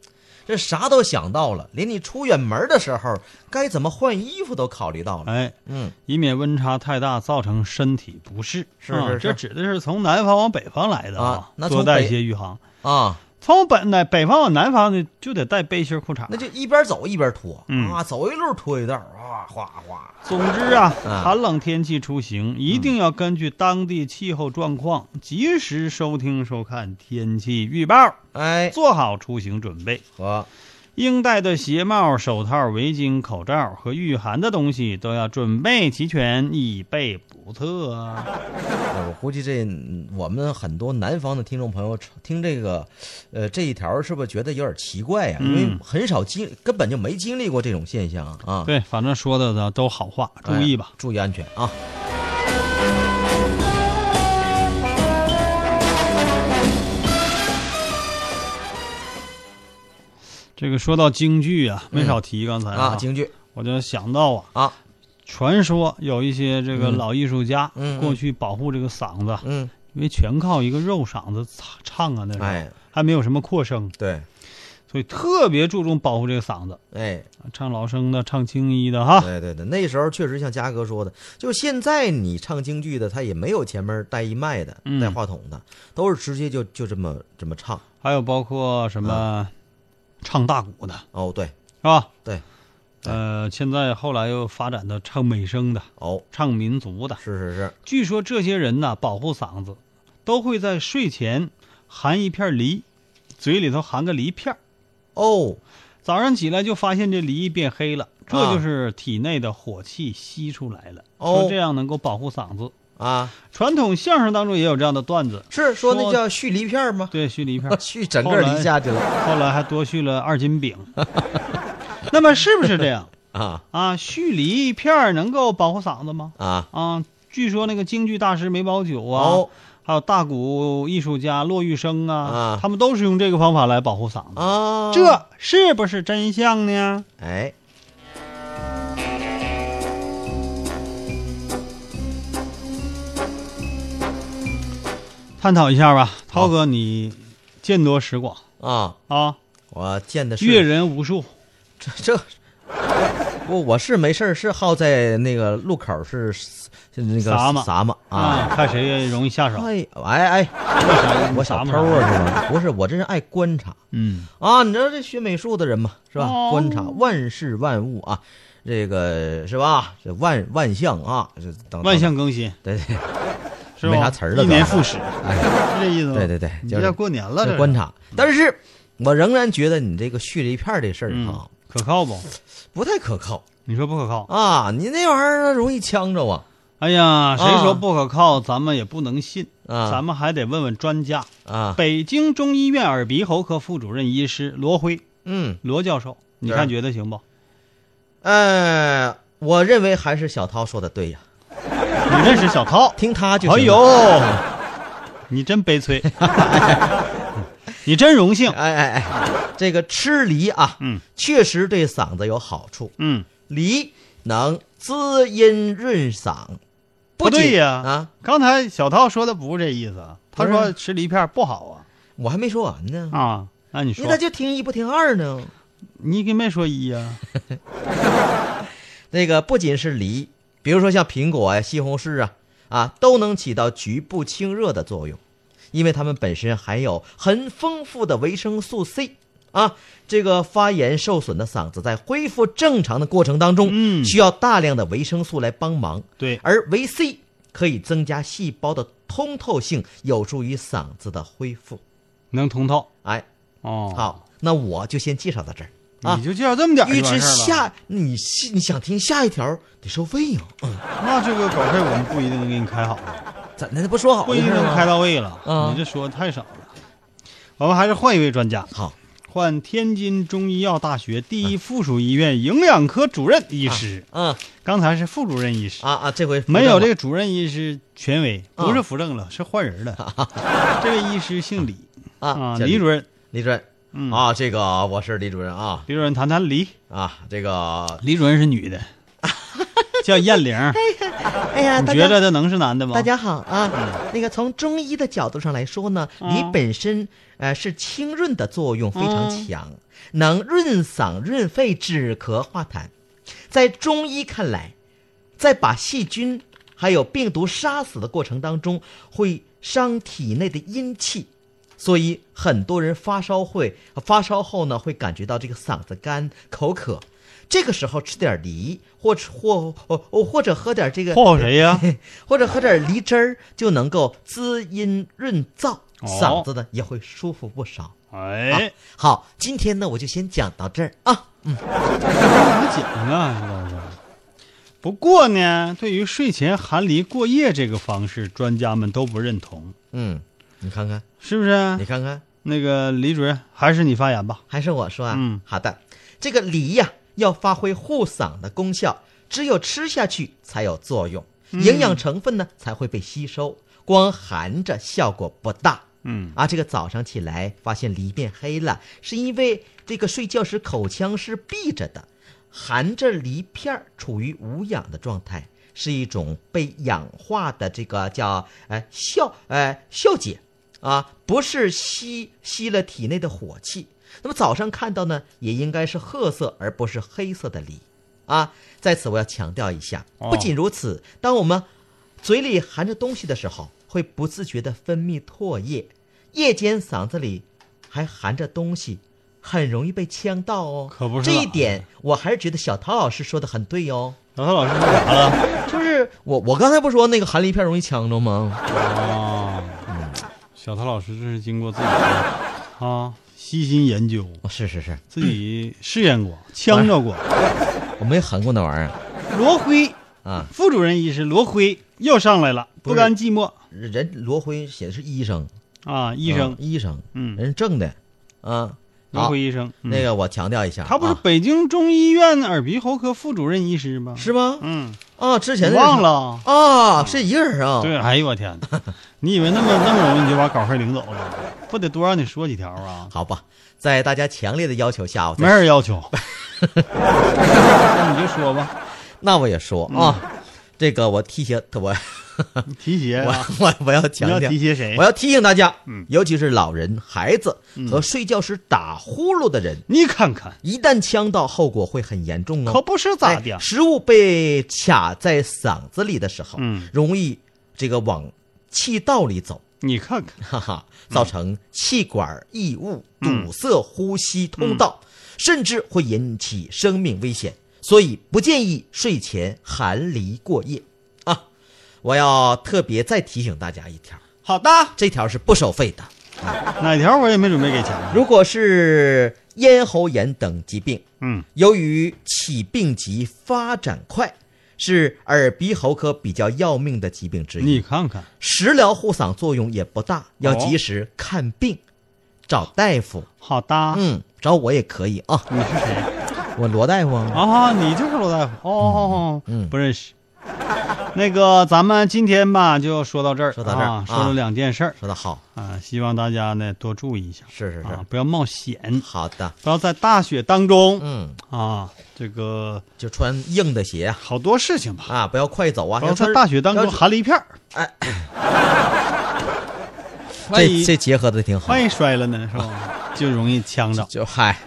Speaker 2: 这啥都想到了，连你出远门的时候该怎么换衣服都考虑到了。
Speaker 1: 哎，
Speaker 2: 嗯，
Speaker 1: 以免温差太大造成身体不适。
Speaker 2: 是
Speaker 1: 啊
Speaker 2: 是是
Speaker 1: 这指的是从南方往北方来的
Speaker 2: 啊那
Speaker 1: 多
Speaker 2: 从
Speaker 1: 带
Speaker 2: 北
Speaker 1: 些御寒。
Speaker 2: 啊，
Speaker 1: 从北南北方往南方呢，就得带背心裤衩。
Speaker 2: 那就一边走一边脱、
Speaker 1: 嗯
Speaker 2: 啊，走一路脱一道啊，哗哗，
Speaker 1: 总之啊，
Speaker 2: 啊嗯
Speaker 1: 寒冷天气出行一定要根据当地气候状况，及时收听收看天气预报，
Speaker 2: 哎，
Speaker 1: 做好出行准备。
Speaker 2: 我
Speaker 1: 应带的鞋帽、手套、围巾、口罩和御寒的东西都要准备齐全，以备不测啊！
Speaker 2: 我估计这嗯我们很多南方的听众朋友听这个，呃，这一条是不是觉得有点奇怪呀、因为
Speaker 1: 嗯
Speaker 2: 很少经，根本就没经历过这种现象啊。
Speaker 1: 对，反正说的呢都好话，注
Speaker 2: 哎
Speaker 1: 意吧。
Speaker 2: 注意安全啊。
Speaker 1: 这个说到京剧啊，没少提。刚才
Speaker 2: 嗯啊，京剧
Speaker 1: 我就想到啊，
Speaker 2: 啊，
Speaker 1: 传说有一些这个老艺术家
Speaker 2: 嗯嗯
Speaker 1: 过去保护这个嗓子，
Speaker 2: 嗯，
Speaker 1: 因为全靠一个肉嗓子唱唱啊，那时候
Speaker 2: 哎，
Speaker 1: 还没有什么扩声，
Speaker 2: 对，
Speaker 1: 所以特别注重保护这个嗓子，
Speaker 2: 哎，
Speaker 1: 唱老生的，唱青衣的哈。
Speaker 2: 对对对，那时候确实像嘉哥说的，就现在你唱京剧的，他也没有前面带一麦的、
Speaker 1: 嗯
Speaker 2: 带话筒的，都是直接就就这么这么唱。
Speaker 1: 还有包括什
Speaker 2: 嗯
Speaker 1: 么唱大鼓的，
Speaker 2: 哦，对，
Speaker 1: 是吧？
Speaker 2: 对，对
Speaker 1: 呃，现在后来又发展到唱美声的、
Speaker 2: 哦，
Speaker 1: 唱民族的。
Speaker 2: 是是是，
Speaker 1: 据说这些人呢，保护嗓子，都会在睡前含一片梨，嘴里头含个梨片儿
Speaker 2: 哦，
Speaker 1: 早上起来就发现这梨变黑了，这
Speaker 2: 啊
Speaker 1: 就是体内的火气吸出来了。
Speaker 2: 哦
Speaker 1: 说这样能够保护嗓子。
Speaker 2: 啊，
Speaker 1: 传统相声当中也有这样的段子，
Speaker 2: 是说那
Speaker 1: 说
Speaker 2: 叫续梨片吗？，
Speaker 1: 对，续梨片
Speaker 2: 续整个梨下去了
Speaker 1: 后来还多续了二斤饼。 那么是不是这样
Speaker 2: 啊
Speaker 1: 啊？续梨片儿能够保护嗓子吗？
Speaker 2: 啊，
Speaker 1: 啊，据说那个京剧大师梅葆玖啊，
Speaker 2: 哦
Speaker 1: 还有大鼓艺术家骆玉笙啊，
Speaker 2: 啊
Speaker 1: 他们都是用这个方法来保护嗓子。
Speaker 2: 啊，
Speaker 1: 这是不是真相呢？
Speaker 2: 哎，
Speaker 1: 探讨一下吧，涛哥，你见多识广
Speaker 2: 啊，
Speaker 1: 啊，
Speaker 2: 我见的是
Speaker 1: 阅人无数。
Speaker 2: 这 这，我我是没事儿是好在那个路口是是那个
Speaker 1: 撒嘛
Speaker 2: 撒嘛啊。
Speaker 1: 看谁容易下手。
Speaker 2: 哎哎哎，我小偷啊，是吧？不是，我这是爱观察
Speaker 1: 嗯，
Speaker 2: 啊。你知道这学美术的人嘛，是吧？
Speaker 1: 哦
Speaker 2: 观察万事万物啊，这个是吧？这万万象啊，这等
Speaker 1: 万象更新
Speaker 2: 对对
Speaker 1: 是吧？
Speaker 2: 没啥词儿了哎
Speaker 1: 一年复始，是这意思吗？
Speaker 2: 对对对，
Speaker 1: 你
Speaker 2: 就
Speaker 1: 这要
Speaker 2: 是
Speaker 1: 过年了，这
Speaker 2: 这观察。但是我仍然觉得你这个蓄了一片儿这事儿
Speaker 1: 嗯
Speaker 2: 啊，，
Speaker 1: 可靠不？
Speaker 2: 不太可靠
Speaker 1: 你说不可靠？
Speaker 2: 啊。你那玩意儿容易呛着啊
Speaker 1: 哎呀，谁说不可靠？咱们也不能信，
Speaker 2: 啊
Speaker 1: 咱们还得问问专家。
Speaker 2: 啊。
Speaker 1: 北京中医院耳鼻喉科副主任医师罗辉，
Speaker 2: 嗯，
Speaker 1: 罗教授，你
Speaker 2: 是
Speaker 1: 看觉得行不？
Speaker 2: 呃，我认为还是小涛说的对呀，
Speaker 1: 你认识小涛？
Speaker 2: 听他就
Speaker 1: 哎
Speaker 2: 行
Speaker 1: 呦
Speaker 2: 了。，
Speaker 1: 你真悲 催，你真荣幸。
Speaker 2: 哎哎哎，这个吃梨啊，
Speaker 1: 嗯，
Speaker 2: 确实对嗓子有好处。
Speaker 1: 嗯，
Speaker 2: 梨能滋阴润嗓，
Speaker 1: 不对
Speaker 2: 仅
Speaker 1: 呀
Speaker 2: 啊，
Speaker 1: 刚才小涛说的不是这意思，啊，他
Speaker 2: 不是
Speaker 1: 说吃梨片不好啊
Speaker 2: 我还没说完呢，
Speaker 1: 啊，那你
Speaker 2: 你
Speaker 1: 说
Speaker 2: 咋就听一不听二呢？
Speaker 1: 你给没说一呀？
Speaker 2: 那个不仅是梨，比如说像苹果呀、西红柿啊啊，都能起到局部清热的作用，因为它们本身含有很丰富的维生素 C 啊。这个发炎受损的嗓子在恢复正常的过程当中，
Speaker 1: 嗯
Speaker 2: 需要大量的维生素来帮忙，
Speaker 1: 对，
Speaker 2: 而维 C 可以增加细胞的通透性，有助于嗓子的恢复。
Speaker 1: 能通透
Speaker 2: 哎，
Speaker 1: 哦。，
Speaker 2: 好，那我就先介绍到这儿啊。
Speaker 1: 你就介绍这么点儿
Speaker 2: 预
Speaker 1: 就
Speaker 2: 知
Speaker 1: 完事儿了
Speaker 2: 下你是你想听下一条得收费哦呀、
Speaker 1: 那这个稿费我们不一定能给你开好了，
Speaker 2: 咱那不说好
Speaker 1: 不
Speaker 2: 了
Speaker 1: 一
Speaker 2: 是
Speaker 1: 定啊能
Speaker 2: 吗
Speaker 1: 开到位了。
Speaker 2: 嗯
Speaker 1: 你这说的太少了。我们还是换一位专家，
Speaker 2: 好，
Speaker 1: 换天津中医药大学第一附属医院营养科主任医师。
Speaker 2: 嗯
Speaker 1: 刚才是副主任医师，
Speaker 2: 啊啊，这回
Speaker 1: 没有这
Speaker 2: 个
Speaker 1: 个主任医师权威，
Speaker 2: 啊
Speaker 1: 不是扶正了，是换人了。这位医师姓李
Speaker 2: 啊
Speaker 1: 啊，，李主
Speaker 2: 任，
Speaker 1: 任。
Speaker 2: 李主任，
Speaker 1: 嗯
Speaker 2: 啊，这个我是李主任啊
Speaker 1: 李主任谈谈梨，
Speaker 2: 啊，这个，
Speaker 1: 李主任是女的， 叫燕玲。
Speaker 2: 哎呀
Speaker 1: 你觉得她能是男的吗？
Speaker 2: 大家好啊，那个从中医的角度上来说呢，梨本身呃是清润的作用非常强，能润嗓润肺止咳化痰。在中医看来，在把细菌还有病毒杀死的过程当中，会伤体内的阴气，所以很多人发烧会发烧后呢，会感觉到这个嗓子干、口渴。这个时候吃点梨，或吃或或或者喝点这个
Speaker 1: 霍霍哦谁呀？
Speaker 2: 或者喝点梨汁儿就能够滋阴润燥，嗓
Speaker 1: 哦
Speaker 2: 子呢也会舒服不少。 啊
Speaker 1: 哎，
Speaker 2: 好，今天呢我就先讲到这儿啊。
Speaker 1: 怎么讲啊？这都是。不过呢，对于睡前含梨过夜这个方式，专家们都不认同，
Speaker 2: 嗯，你看看，
Speaker 1: 是不是
Speaker 2: 你？看看，
Speaker 1: 那个李主任，还是你发言吧。
Speaker 2: 还是我说啊。
Speaker 1: 嗯，
Speaker 2: 好的，这个梨呀、要发挥护嗓的功效，只有吃下去才有作用，
Speaker 1: 嗯
Speaker 2: 营养成分呢才会被吸收，光含着效果不大。
Speaker 1: 嗯，
Speaker 2: 啊，这个早上起来发现梨变黑了，是因为这个睡觉时口腔是闭着的，含着梨片儿处于无氧的状态，是一种被氧化的这个叫呃酵呃酵解啊，不是吸吸了体内的火气。那么早上看到呢，也应该是褐色而不是黑色的梨啊。在此我要强调一下，不
Speaker 1: 哦
Speaker 2: 仅如此，当我们嘴里含着东西的时候，会不自觉地分泌唾液，夜间嗓子里还含着东西，很容易被呛到哦。
Speaker 1: 可不是
Speaker 2: 这一
Speaker 1: 嘛
Speaker 2: 点，我还是觉得小陶老师说的很对哦。
Speaker 1: 老陶老师说啥了？
Speaker 2: 就是我，我刚才不说那个含梨片容易呛着吗？
Speaker 1: 啊，小陶老师这是经过自己的啊悉心研究，
Speaker 2: 哦，是是是，
Speaker 1: 自己试验过，呛着过。
Speaker 2: 我没含过那玩意儿
Speaker 1: 罗辉
Speaker 2: 啊。
Speaker 1: 副主任医师罗辉又上来了，
Speaker 2: 不
Speaker 1: 不
Speaker 2: 是
Speaker 1: 甘寂寞
Speaker 2: 人罗辉写的是医生，
Speaker 1: 啊，医生
Speaker 2: 啊医生，
Speaker 1: 嗯
Speaker 2: 人正的，啊，
Speaker 1: 罗
Speaker 2: 好
Speaker 1: 辉，医生，嗯
Speaker 2: 那个我强调一下啊，
Speaker 1: 他不是北京中医院耳鼻喉科副主任医师吗？
Speaker 2: 是吗？
Speaker 1: 嗯，
Speaker 2: 啊，之前
Speaker 1: 你
Speaker 2: 的
Speaker 1: 忘了？
Speaker 2: 啊，是一个人啊，
Speaker 1: 对，哦哎呦我天哪！你以为那么那么容易就把稿费领走了？不得多让你说几条啊？
Speaker 2: 好吧，在大家强烈的要求下，我再
Speaker 1: 没人要求，那你就说吧。
Speaker 2: 那我也说啊，
Speaker 1: 嗯
Speaker 2: 这个我提醒我
Speaker 1: 你提携
Speaker 2: 我
Speaker 1: 啊，
Speaker 2: 我 我要
Speaker 1: 你
Speaker 2: 强
Speaker 1: 要
Speaker 2: 调
Speaker 1: 提，携谁
Speaker 2: 我？要提醒大家
Speaker 1: 嗯，
Speaker 2: 尤其是老人、孩子和睡觉时打呼噜的人，
Speaker 1: 你看看，
Speaker 2: 一旦呛到，后果会很严重哦。
Speaker 1: 可不是咋的啊
Speaker 2: 哎？食物被卡在嗓子里的时候，
Speaker 1: 嗯
Speaker 2: 容易这个往气道里走，
Speaker 1: 你看看，
Speaker 2: 哈哈，造成气管异物、
Speaker 1: 嗯
Speaker 2: 堵塞呼吸通道，甚至会引起生命危险，所以不建议睡前含梨过夜啊！我要特别再提醒大家一条，
Speaker 1: 好的，
Speaker 2: 这条是不收费的。
Speaker 1: 哪条我也没准备给钱。
Speaker 2: 如果是咽喉炎等疾病，
Speaker 1: 嗯，
Speaker 2: 由于起病急发展快，是耳鼻喉科比较要命的疾病之
Speaker 1: 你
Speaker 2: 一。
Speaker 1: 看看，
Speaker 2: 食疗护嗓作用也不大，要
Speaker 1: 哦
Speaker 2: 及时看病，找大夫。
Speaker 1: 好的，
Speaker 2: 嗯，找我也可以啊。
Speaker 1: 你是谁？
Speaker 2: 我罗大夫啊，
Speaker 1: 啊，你就是罗大夫。哦哦哦，
Speaker 2: 嗯嗯
Speaker 1: 不认识。那个，咱们今天吧，就说到这儿，
Speaker 2: 说到这儿啊
Speaker 1: 啊说了两件事儿
Speaker 2: 说的好，
Speaker 1: 啊，希望大家呢多注意一下，
Speaker 2: 是是
Speaker 1: 啊
Speaker 2: 是，，
Speaker 1: 不要冒险，
Speaker 2: 好的，
Speaker 1: 不要在大雪当中
Speaker 2: 嗯，
Speaker 1: 啊，这个
Speaker 2: 就穿硬的鞋啊，
Speaker 1: 好多事情吧，
Speaker 2: 啊，不要快走啊，
Speaker 1: 不
Speaker 2: 要
Speaker 1: 要哦在
Speaker 2: 穿
Speaker 1: 大雪当中
Speaker 2: 要
Speaker 1: 含了一片儿，
Speaker 2: 哎，
Speaker 1: 万
Speaker 2: 这
Speaker 1: 一
Speaker 2: 这嗯结合的挺好
Speaker 1: 万，一摔了呢，是吧？就容易呛着。
Speaker 2: 就嗨，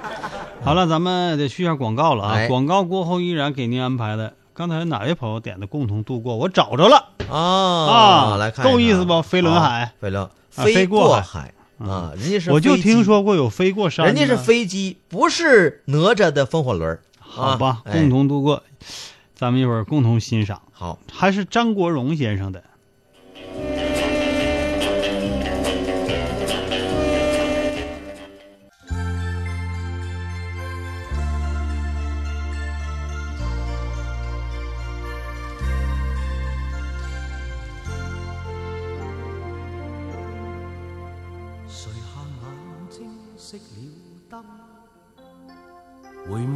Speaker 1: 好了，咱们得去一下广告了啊！
Speaker 2: 哎
Speaker 1: 广告过后依然给您安排的，刚才哪位朋友点的《共同度过》，我找着了，
Speaker 2: 啊
Speaker 1: 啊
Speaker 2: 来看一看啊哦
Speaker 1: 够意思不飞轮海啊
Speaker 2: 好飞轮
Speaker 1: 飞过
Speaker 2: 过
Speaker 1: 海嗯
Speaker 2: 海啊，人家是
Speaker 1: 我就
Speaker 2: 飞机
Speaker 1: 听，说过有飞过山的，
Speaker 2: 人家是飞机，不是哪吒的风火轮儿，
Speaker 1: 好吧？
Speaker 2: 啊
Speaker 1: 共同度过，咱们一会儿共同欣赏，
Speaker 2: 哎好，
Speaker 1: 还是张国荣先生的。
Speaker 5: 谁喊眼睛熄了灯？回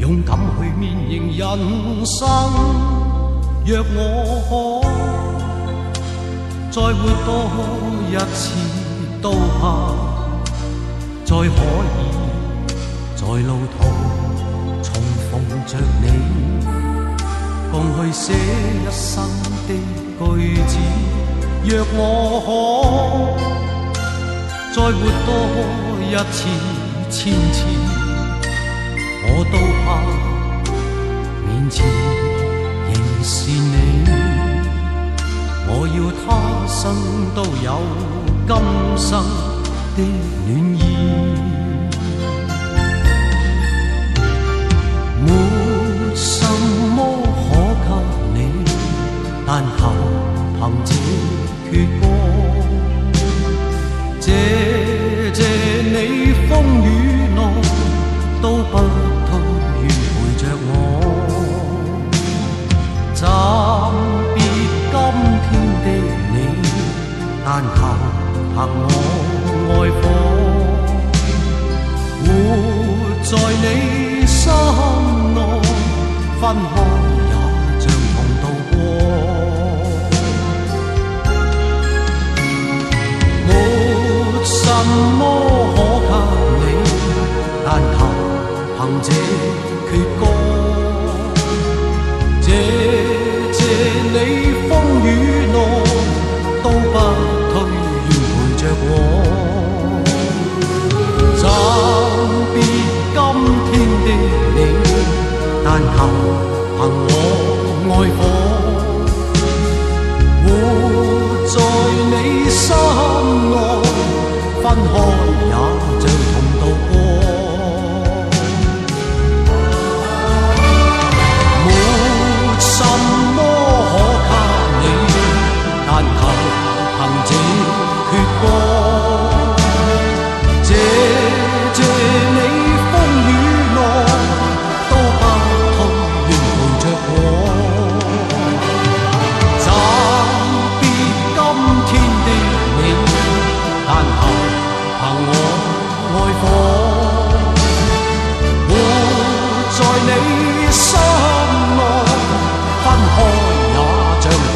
Speaker 5: 勇敢去面迎人生。若我可再活多一次，都怕再可以在路途重逢着你，共去寫一生的句子。若我可。再活多一次、千次，我都怕面前仍是你。我要他生都有今生的暖意。没什么可给你，但求凭这阙歌。谢谢你風雨內都不吐怨陪着我，暫別今天的你，但求憑我愛火，活在你心內，分開也像同度過。没什么可給你，但求憑這阙歌，謝謝你風雨內都不退願陪着我。暫別今天的你，但求憑我愛火。活在你心內，分開也像同渡過。沒什麼可給你，但求憑這血光。謝謝你風雨內都不痛願陪着我。暫別今天的你，但求憑我愛火，活在你心內，分開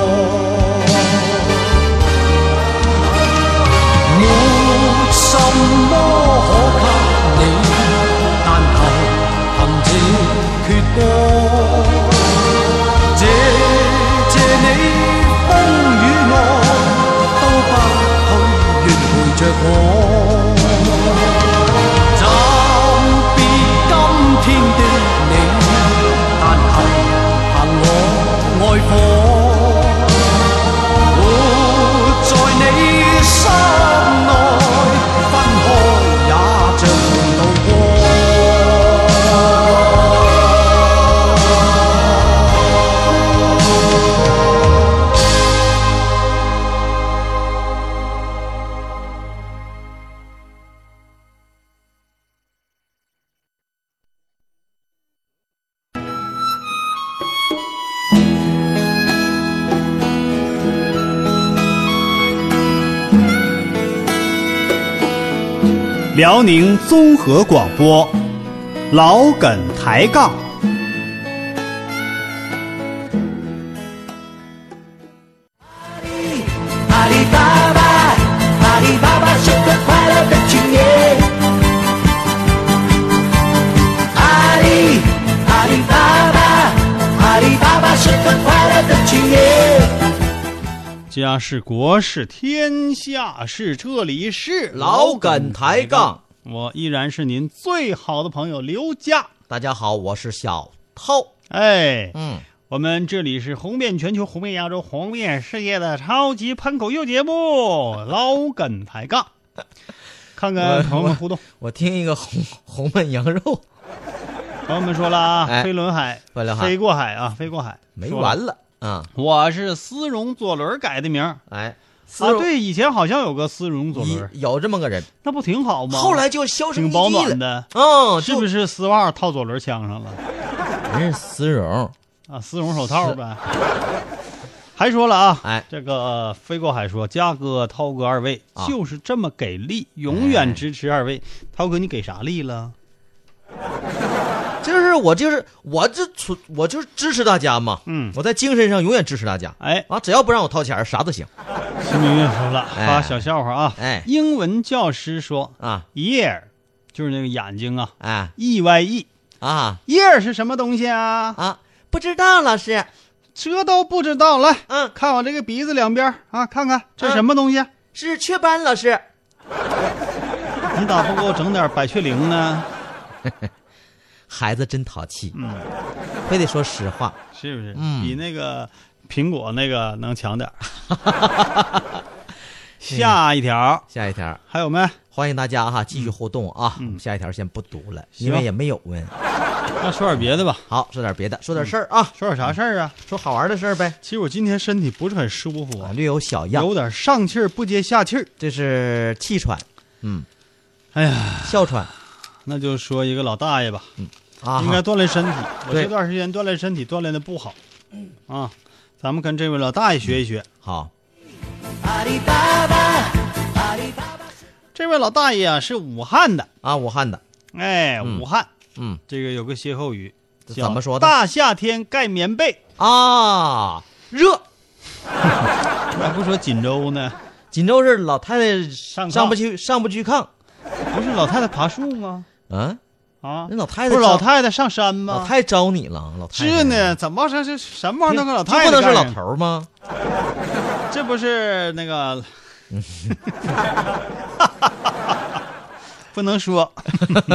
Speaker 5: 也像同渡過。沒什麼可給你，但求憑這阙歌，謝謝你風雨內都不去願陪着我。暫別今天的你，但求憑我愛火。活在你心內，分開也像同渡過。辽宁综合广播，老梗抬杠。
Speaker 6: 阿里巴巴，阿里巴巴是个快乐的青年。阿里，阿里巴巴，阿里巴巴是个快乐的青年。
Speaker 1: 家事国事天下事，这里是
Speaker 2: 老梗抬杠。
Speaker 1: 我依然是您最好的朋友刘佳。
Speaker 2: 大家好，我是小涛。
Speaker 1: 哎，
Speaker 2: 嗯，
Speaker 1: 我们这里是红遍全球、红遍亚洲、红遍世界的超级喷口秀节目《老梗抬杠》，看看朋友 们互动。
Speaker 2: 我听一个红红焖羊肉，
Speaker 1: 朋友们说了啊，
Speaker 2: 哎
Speaker 1: 飞轮海，
Speaker 2: 飞轮海
Speaker 1: 飞过海啊，飞过海，
Speaker 2: 没
Speaker 1: 说了
Speaker 2: 完了啊！
Speaker 1: 我是丝绒左轮改的名儿
Speaker 2: 哎，丝
Speaker 1: 啊，
Speaker 2: 绒
Speaker 1: 对，以前好像有个丝绒左轮，
Speaker 2: 一有这么个人，
Speaker 1: 那不挺好吗？
Speaker 2: 后来就销声
Speaker 1: 挺
Speaker 2: 匿
Speaker 1: 保
Speaker 2: 迹
Speaker 1: 暖
Speaker 2: 了。
Speaker 1: 的，
Speaker 2: 嗯，
Speaker 1: 是不
Speaker 2: 是？
Speaker 1: 是丝袜套左轮枪上了
Speaker 2: 人是丝绒，
Speaker 1: 啊？丝绒手套呗。还说了啊，
Speaker 2: 哎
Speaker 1: 这个飞过海说，嘉哥、涛哥二位
Speaker 2: 啊
Speaker 1: 就是这么给力，永
Speaker 2: 哎
Speaker 1: 远支持二位。涛哥，你给啥力了？
Speaker 2: 就是我就是我这纯我就是支持大家嘛。
Speaker 1: 嗯
Speaker 2: 我在精神上永远支持大家。
Speaker 1: 哎，
Speaker 2: 啊，只要不让我掏钱儿，啥都行。
Speaker 1: 新明月说了，
Speaker 2: 哎
Speaker 1: 发小笑话啊。
Speaker 2: 哎
Speaker 1: 英文教师说
Speaker 2: 啊，
Speaker 1: ，ear 就是那个眼睛啊
Speaker 2: 哎
Speaker 1: ，e y e。
Speaker 2: 啊
Speaker 1: ear 是什么东西啊？
Speaker 2: 啊，不知道老师，
Speaker 1: 这都不知道。来，
Speaker 2: 嗯
Speaker 1: 看我这个鼻子两边儿啊，看看这
Speaker 2: 嗯
Speaker 1: 什么东西？啊
Speaker 2: 是雀斑老师。
Speaker 1: 你咋不给我整点百雀羚呢？
Speaker 2: 孩子真淘气，
Speaker 1: 嗯，
Speaker 2: 非得说实话。
Speaker 1: 是不是？
Speaker 2: 嗯
Speaker 1: 比那个苹果那个能强 点儿。下一条
Speaker 2: 下一条，
Speaker 1: 还有没？
Speaker 2: 欢迎大家哈，继续互动啊。
Speaker 1: 嗯
Speaker 2: 我们下一条先不读了，
Speaker 1: 行
Speaker 2: 因为也没有问。
Speaker 1: 那说点别的吧，
Speaker 2: 好，说点别的，说点事儿啊，
Speaker 1: 说点啥事儿啊？
Speaker 2: 说好玩的事儿呗。
Speaker 1: 其实我今天身体不是很舒服
Speaker 2: 啊
Speaker 1: 啊，
Speaker 2: 略有小恙，
Speaker 1: 有点上气儿不接下气儿。
Speaker 2: 这是气喘，嗯，
Speaker 1: 哎呀，
Speaker 2: 哮喘
Speaker 1: 那就说一个老大爷吧，
Speaker 2: 啊，
Speaker 1: 应该锻炼身体。我
Speaker 2: 对
Speaker 1: 这段时间锻炼身体锻炼的不好，啊，咱们跟这位老大爷学一学。
Speaker 2: 好，
Speaker 1: 这位老大爷啊是武汉的，
Speaker 2: 啊，武汉的，
Speaker 1: 哎，
Speaker 2: 嗯
Speaker 1: 武汉
Speaker 2: 嗯，
Speaker 1: 这个有个歇后语，
Speaker 2: 这
Speaker 1: 叫
Speaker 2: 怎么说的
Speaker 1: 大夏天盖棉被，
Speaker 2: 啊，热。
Speaker 1: 还不说锦 州呢？
Speaker 2: 锦州市老太太上
Speaker 1: 炕
Speaker 2: 不去上不去炕，啊
Speaker 1: 不是老太太爬树吗？
Speaker 2: 嗯，
Speaker 1: 啊
Speaker 2: 那，老太太
Speaker 1: 不是老
Speaker 2: 招
Speaker 1: 太太上山吗？
Speaker 2: 老太招你了，老太太
Speaker 1: 是呢，怎么这这什么玩意
Speaker 2: 这，
Speaker 1: 儿都跟老
Speaker 2: 这
Speaker 1: 太太
Speaker 2: 不能是
Speaker 1: 干
Speaker 2: 老
Speaker 1: 上
Speaker 2: 头儿吗？
Speaker 1: 这不是那个， 不能说。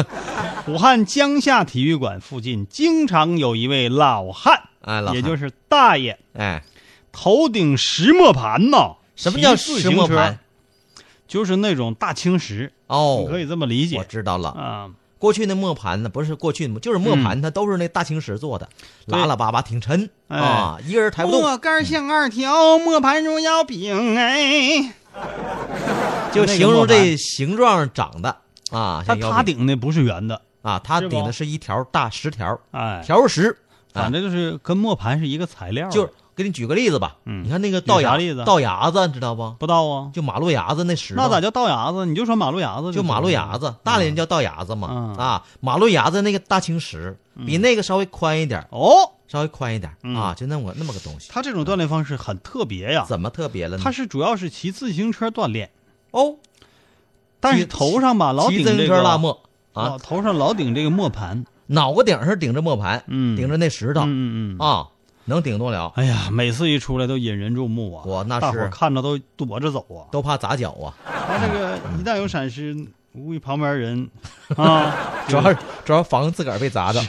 Speaker 1: 武汉江夏体育馆附近经常有一位老汉，
Speaker 2: 哎，老
Speaker 1: 也就是是大爷，
Speaker 2: 哎，
Speaker 1: 头顶石磨盘呐。
Speaker 2: 什么叫
Speaker 1: 骑自
Speaker 2: 石
Speaker 1: 行
Speaker 2: 磨
Speaker 1: 车
Speaker 2: 盘？？
Speaker 1: 就是那种大青石，
Speaker 2: 哦
Speaker 1: 你，可以这么理
Speaker 2: 我
Speaker 1: 解
Speaker 2: 知道了。
Speaker 1: 啊。
Speaker 2: 过去那磨盘呢，不是过去就是磨盘，它都是那大青石做的，
Speaker 1: 嗯对
Speaker 2: 拉拉巴巴挺沉
Speaker 1: 哎
Speaker 2: 啊，一个人抬不动，
Speaker 1: 磨杆像二条，磨盘如摇柄。哎，
Speaker 2: 就
Speaker 1: 那个
Speaker 2: 形容
Speaker 1: 磨盘
Speaker 2: 这形状长的啊。
Speaker 1: 他
Speaker 2: 像腰
Speaker 1: 他
Speaker 2: 饼
Speaker 1: 顶的不是圆的，
Speaker 2: 啊，它
Speaker 1: 是
Speaker 2: 顶的
Speaker 1: 不
Speaker 2: 是一条大石条，
Speaker 1: 哎，
Speaker 2: 条石，
Speaker 1: 反正就是跟磨盘是一个材料。
Speaker 2: 就是给你举个例子吧，
Speaker 1: 嗯
Speaker 2: 你看那个道
Speaker 1: 举啥
Speaker 2: 牙
Speaker 1: 例子
Speaker 2: 道牙子，你知道不？
Speaker 1: 不到啊，
Speaker 2: 就马路牙子那石头，
Speaker 1: 那咋叫道牙子？你就说马路牙子，
Speaker 2: 就马路牙。子，大连人叫道牙子嘛
Speaker 1: 嗯，
Speaker 2: 啊，马路牙子那个大青石比那个稍微宽一点，
Speaker 1: 哦，
Speaker 2: 稍微宽一点
Speaker 1: 嗯
Speaker 2: 啊，就那么个那么个东西，
Speaker 1: 他这种锻炼方式很特别呀，
Speaker 2: 怎么特别了呢？
Speaker 1: 他是主要是骑自行车锻炼，
Speaker 2: 哦，
Speaker 1: 但是头上吧老
Speaker 2: 骑
Speaker 1: 顶
Speaker 2: 自
Speaker 1: 这
Speaker 2: 行
Speaker 1: 个
Speaker 2: 车拉磨
Speaker 1: 老
Speaker 2: 啊，
Speaker 1: 头上老顶这个磨盘，
Speaker 2: 脑瓜顶上顶着磨盘，
Speaker 1: 嗯
Speaker 2: 顶着那石头
Speaker 1: 嗯嗯嗯。
Speaker 2: 啊，能顶多了，
Speaker 1: 哎呀，每次一出来都引人注目啊！
Speaker 2: 我那是
Speaker 1: 大伙儿看着都躲着走啊。
Speaker 2: 都怕砸脚啊，，
Speaker 1: 他这个一旦有闪失，估计旁边人啊
Speaker 2: 主要是主要防自个儿被砸着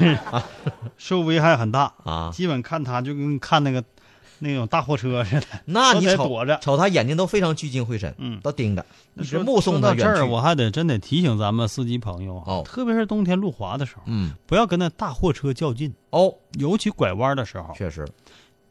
Speaker 1: 受危害很大。
Speaker 2: 啊。
Speaker 1: 基本看他就跟看那个那种大货车似的。
Speaker 2: 那
Speaker 1: 都
Speaker 2: 你
Speaker 1: 得
Speaker 2: 瞅
Speaker 1: 躲着
Speaker 2: 瞅他眼睛都非常聚精会神，
Speaker 1: 嗯
Speaker 2: 都盯着，一直
Speaker 1: 说
Speaker 2: 目送
Speaker 1: 说
Speaker 2: 他
Speaker 1: 到这
Speaker 2: 远
Speaker 1: 儿，
Speaker 2: 去。
Speaker 1: 我还得真得提醒咱们司机朋友啊，
Speaker 2: 哦
Speaker 1: 特别是冬天路滑的时候，
Speaker 2: 嗯，
Speaker 1: 不要跟那大货车较劲，
Speaker 2: 哦，
Speaker 1: 尤其拐弯的时候，
Speaker 2: 确实，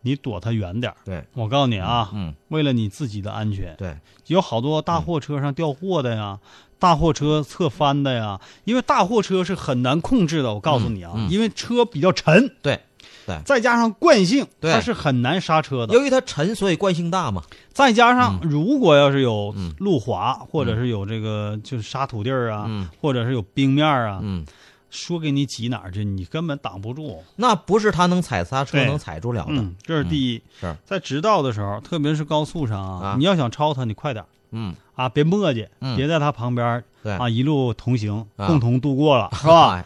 Speaker 1: 你躲它远点儿。
Speaker 2: 对，
Speaker 1: 我告诉你啊，
Speaker 2: 嗯，
Speaker 1: 为了你自己的安全，
Speaker 2: 对，
Speaker 1: 有好多大货车上掉货的呀，大货车侧翻的呀，因为大货车是很难控制的。我告诉你啊，
Speaker 2: 嗯嗯
Speaker 1: 因为车比较沉，
Speaker 2: 对，对
Speaker 1: 再加上惯性，
Speaker 2: 对
Speaker 1: 它是很难刹车的。
Speaker 2: 由于它沉，所以惯性大嘛。
Speaker 1: 再加上如果要是有
Speaker 2: 嗯
Speaker 1: 路滑，或者是有这个就是沙土地儿啊，
Speaker 2: 嗯
Speaker 1: 或者是有冰面儿啊，
Speaker 2: 嗯，
Speaker 1: 说给你挤哪儿去，你根本挡不住。
Speaker 2: 那不是它能踩刹车
Speaker 1: 对
Speaker 2: 能踩住了的。
Speaker 1: 嗯，这是第一。
Speaker 2: 是
Speaker 1: 在直道的时候，特别是高速上
Speaker 2: 啊
Speaker 1: 你要想超它，你快点儿
Speaker 2: 嗯，
Speaker 1: 啊，别磨叽，
Speaker 2: 嗯
Speaker 1: 别在它旁边儿
Speaker 2: 对
Speaker 1: 啊，一路同行，
Speaker 2: 啊
Speaker 1: 共同度 过了，是吧？
Speaker 2: 哎？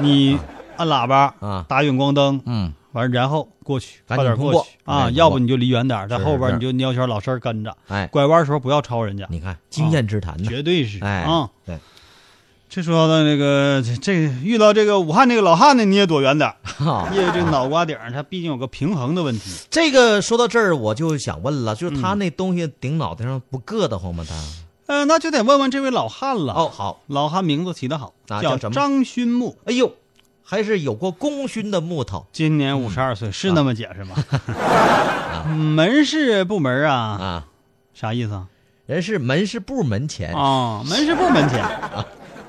Speaker 1: 你按喇叭
Speaker 2: 啊
Speaker 1: 打远光灯，
Speaker 2: 嗯，
Speaker 1: 完然后过去，
Speaker 2: 赶紧
Speaker 1: 快点
Speaker 2: 通
Speaker 1: 过
Speaker 2: 过
Speaker 1: 去
Speaker 2: 赶
Speaker 1: 啊！
Speaker 2: 紧
Speaker 1: 要
Speaker 2: 通过
Speaker 1: 不你就离远点儿，在
Speaker 2: 是
Speaker 1: 后边
Speaker 2: 是
Speaker 1: 你就蔫小老身儿跟着，
Speaker 2: 哎，
Speaker 1: 拐弯的时候不要超人家，
Speaker 2: 你看经验之谈呢。
Speaker 1: 绝对是
Speaker 2: 哎
Speaker 1: 啊。，
Speaker 2: 对，
Speaker 1: 这说到那个这这遇到这个武汉这个老汉呢，你也躲远点儿，
Speaker 2: 哈
Speaker 1: 因为这脑瓜顶儿它毕竟有个平衡的问题。
Speaker 2: 这个说到这儿，我就想问了，就是
Speaker 1: 嗯
Speaker 2: 他那东西顶脑袋上不硌得慌吗？他
Speaker 1: 呃，那就得问问这位老汉了。
Speaker 2: 哦，，好，
Speaker 1: 老汉名字起得好，
Speaker 2: 啊
Speaker 1: 叫
Speaker 2: 叫什么
Speaker 1: 张勋木，
Speaker 2: 哎呦，还是有过功勋的木头
Speaker 1: 今年五十二岁，是那么解释吗？嗯 门是不门啊？
Speaker 2: 啊，
Speaker 1: 啥意思啊？
Speaker 2: 人是门是部门前
Speaker 1: 啊，门是不门前，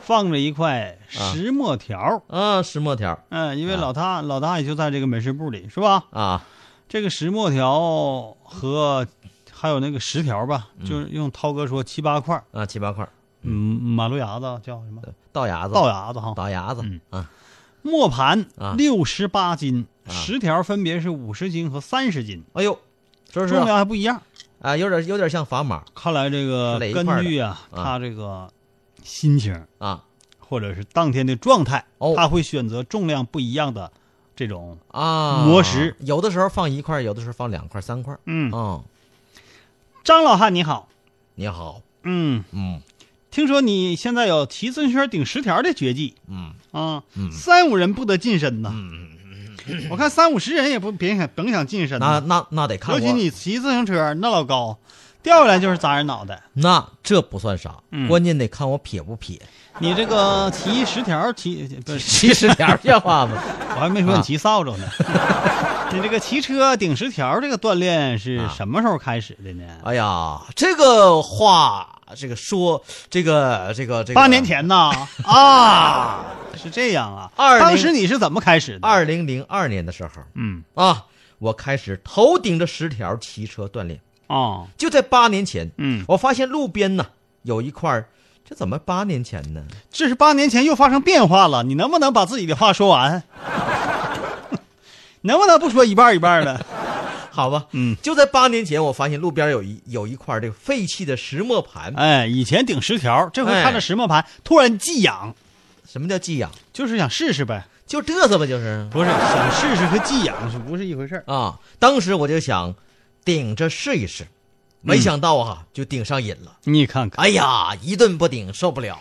Speaker 1: 放着一块石墨条。
Speaker 2: 啊，石墨条
Speaker 1: 嗯，因为
Speaker 2: 啊
Speaker 1: 老大老大也就在这个门市部里，是吧？
Speaker 2: 啊，
Speaker 1: 这个石墨条和还有那个石条吧，
Speaker 2: 嗯
Speaker 1: 就是用涛哥说七八块儿，
Speaker 2: 啊，七八块儿，
Speaker 1: 嗯，马路牙子叫什么？
Speaker 2: 对，倒牙子，
Speaker 1: 道牙子哈。
Speaker 2: 倒牙子
Speaker 1: 嗯
Speaker 2: 啊，
Speaker 1: 磨盘
Speaker 2: 啊
Speaker 1: 六十八斤，
Speaker 2: 啊
Speaker 1: 十条分别是五十斤和三十斤，
Speaker 2: 哎呦，是不是
Speaker 1: 重
Speaker 2: 啊
Speaker 1: 量还不一样。
Speaker 2: 啊？有点有点像砝码
Speaker 1: 看来这个
Speaker 2: 是垒一块
Speaker 1: 根
Speaker 2: 儿的
Speaker 1: 据啊，
Speaker 2: 啊
Speaker 1: 他这个心情
Speaker 2: 啊
Speaker 1: 或者是当天的状态，
Speaker 2: 哦
Speaker 1: 他会选择重量不一样的这种。
Speaker 2: 啊，
Speaker 1: 磨石，
Speaker 2: 有的时候放一块儿，有的时候放两块儿、三块儿。
Speaker 1: 嗯，
Speaker 2: 嗯，
Speaker 1: 张老汉你好，
Speaker 2: 你好，
Speaker 1: 嗯，
Speaker 2: 嗯
Speaker 1: 听说你现在有骑自行车顶十条的绝技
Speaker 2: 嗯
Speaker 1: 啊，
Speaker 2: 嗯
Speaker 1: 三五人不得近身呐。
Speaker 2: 嗯，
Speaker 1: 我看三五十人也不别想甭想近身
Speaker 2: 那
Speaker 1: 呐，
Speaker 2: 那那得看
Speaker 1: 尤
Speaker 2: 我，
Speaker 1: 其你骑自行车那老高，掉下来就是砸人脑袋。
Speaker 2: 那这不算啥，
Speaker 1: 嗯
Speaker 2: 关键得看我撇不撇。
Speaker 1: 你这个骑十条骑不是，
Speaker 2: 七十 条像话吗？
Speaker 1: 我还没说
Speaker 2: 啊
Speaker 1: 你骑扫 帚呢。你这个骑车顶十条这个锻炼是
Speaker 2: 啊
Speaker 1: 什么时候开始的呢？
Speaker 2: 哎呀，这个话，这个说，这个这个这个，
Speaker 1: 八年，前呐啊，是这样啊。
Speaker 2: 20
Speaker 1: 当时你是怎么开始的？
Speaker 2: 二零零二年的时候
Speaker 1: 嗯
Speaker 2: 啊，我开始头顶着十条骑车锻炼。
Speaker 1: 哦
Speaker 2: 就在八年前，
Speaker 1: 嗯，
Speaker 2: 我发现路边呢有一块儿，这怎么八年前呢？
Speaker 1: 这是八年前又发生变化了。你能不能把自己的话说完？ 能不能不说一半一半 的？
Speaker 2: 好吧，
Speaker 1: 嗯，
Speaker 2: 就在八年前，我发现路边有一有一块这个废弃的石磨盘。
Speaker 1: 哎，以前顶十条，这回
Speaker 2: 哎
Speaker 1: 看着石磨盘，突然技痒，
Speaker 2: 什么叫寄养？
Speaker 1: 就是想试试呗。
Speaker 2: 就嘚瑟吧，就是
Speaker 1: 不是想试试和寄养是不是一回事儿？
Speaker 2: 啊。当时我就想顶着试一试，没
Speaker 1: 嗯
Speaker 2: 想到啊，就顶上瘾了。
Speaker 1: 你看看，
Speaker 2: 哎呀，一顿不顶受不 了，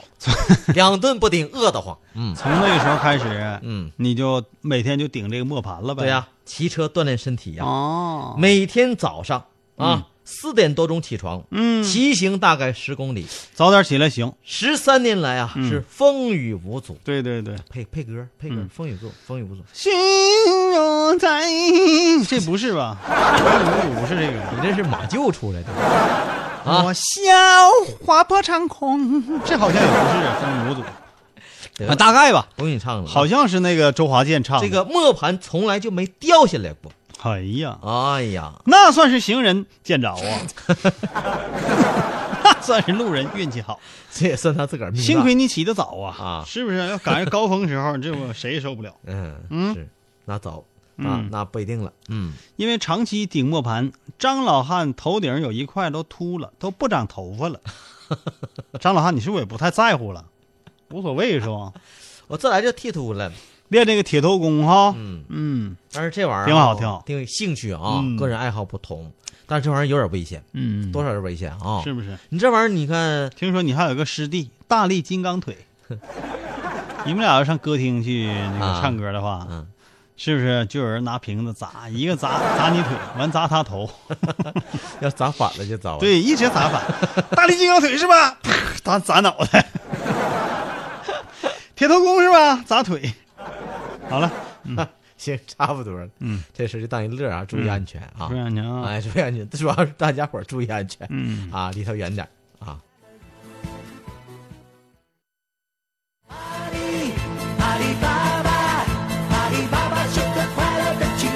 Speaker 2: 两顿不顶饿得慌。嗯
Speaker 1: 从那个时候开始，
Speaker 2: 嗯，
Speaker 1: 你就每天就顶这个磨盘了呗。
Speaker 2: 对呀、骑车锻炼身体呀、
Speaker 1: 哦，
Speaker 2: 每天早上啊四、点多钟起床，
Speaker 1: 嗯，
Speaker 2: 骑行大概十公里。
Speaker 1: 早点起来行。
Speaker 2: 十三年来啊、
Speaker 1: 嗯
Speaker 2: 是风雨无阻。
Speaker 1: 对对对，
Speaker 2: 配配歌，配歌，
Speaker 1: 嗯
Speaker 2: 风雨无阻，风雨无阻。
Speaker 1: 心若在，这不是 吧？不是这个。
Speaker 2: 你这是马厩出来的啊
Speaker 1: 我笑划破长空，这好像也不是风雨无阻，
Speaker 2: 对
Speaker 1: 啊
Speaker 2: 吧？
Speaker 1: 大概吧，
Speaker 2: 不用你唱了。啊
Speaker 1: 好，像是那个周华健唱的
Speaker 2: 这。个磨盘从来就没掉下来过。
Speaker 1: 哎呀，
Speaker 2: 哎呀，
Speaker 1: 那算是行人见着啊， 那算是路人运气好。
Speaker 2: 这也算他自个儿命大。
Speaker 1: 幸亏你起得早啊
Speaker 2: 啊，
Speaker 1: 是不是？要赶上高峰时 候，这我谁也受不了。
Speaker 2: 嗯，
Speaker 1: 嗯
Speaker 2: 是，那早，那
Speaker 1: 嗯
Speaker 2: 那不一定了。嗯，
Speaker 1: 因为长期顶磨盘，张老汉头顶有一块都秃了，都不长头发 了。张老汉，你是不是也不太在乎了？无所谓是吧？
Speaker 2: 我自来就剃秃了。
Speaker 1: 练这个铁头功哈，
Speaker 2: 嗯，
Speaker 1: 嗯
Speaker 2: 但是这玩意儿
Speaker 1: 挺好
Speaker 2: 啊
Speaker 1: 挺好
Speaker 2: 因为兴趣啊
Speaker 1: 嗯，
Speaker 2: 个人爱好不同，但是这玩意儿有点危险，
Speaker 1: 嗯，
Speaker 2: 多少有点危险啊。
Speaker 1: 是不是？
Speaker 2: 你这玩意儿，你看
Speaker 1: 听说你还有个师弟大力金刚 腿，你们俩要上歌厅去那个
Speaker 2: 啊
Speaker 1: 唱歌的话，
Speaker 2: 嗯
Speaker 1: 是不是就有人拿瓶子砸，一个砸砸你腿，完砸他头，
Speaker 2: 哦要砸反了就糟 了。，
Speaker 1: 对，一直砸 反，大力金刚腿是吧？啪砸砸脑袋，铁头功是吧？砸腿。好了，
Speaker 2: 行，差不多了。
Speaker 1: 嗯，
Speaker 2: 这事儿就当一乐啊，注意安全啊
Speaker 1: 不。然你啊，
Speaker 2: 哎，注意安全，主要是大家伙儿注意安全
Speaker 1: 嗯，
Speaker 2: 啊，离他远点儿啊。
Speaker 6: 阿里巴巴，阿里巴巴是个快乐的情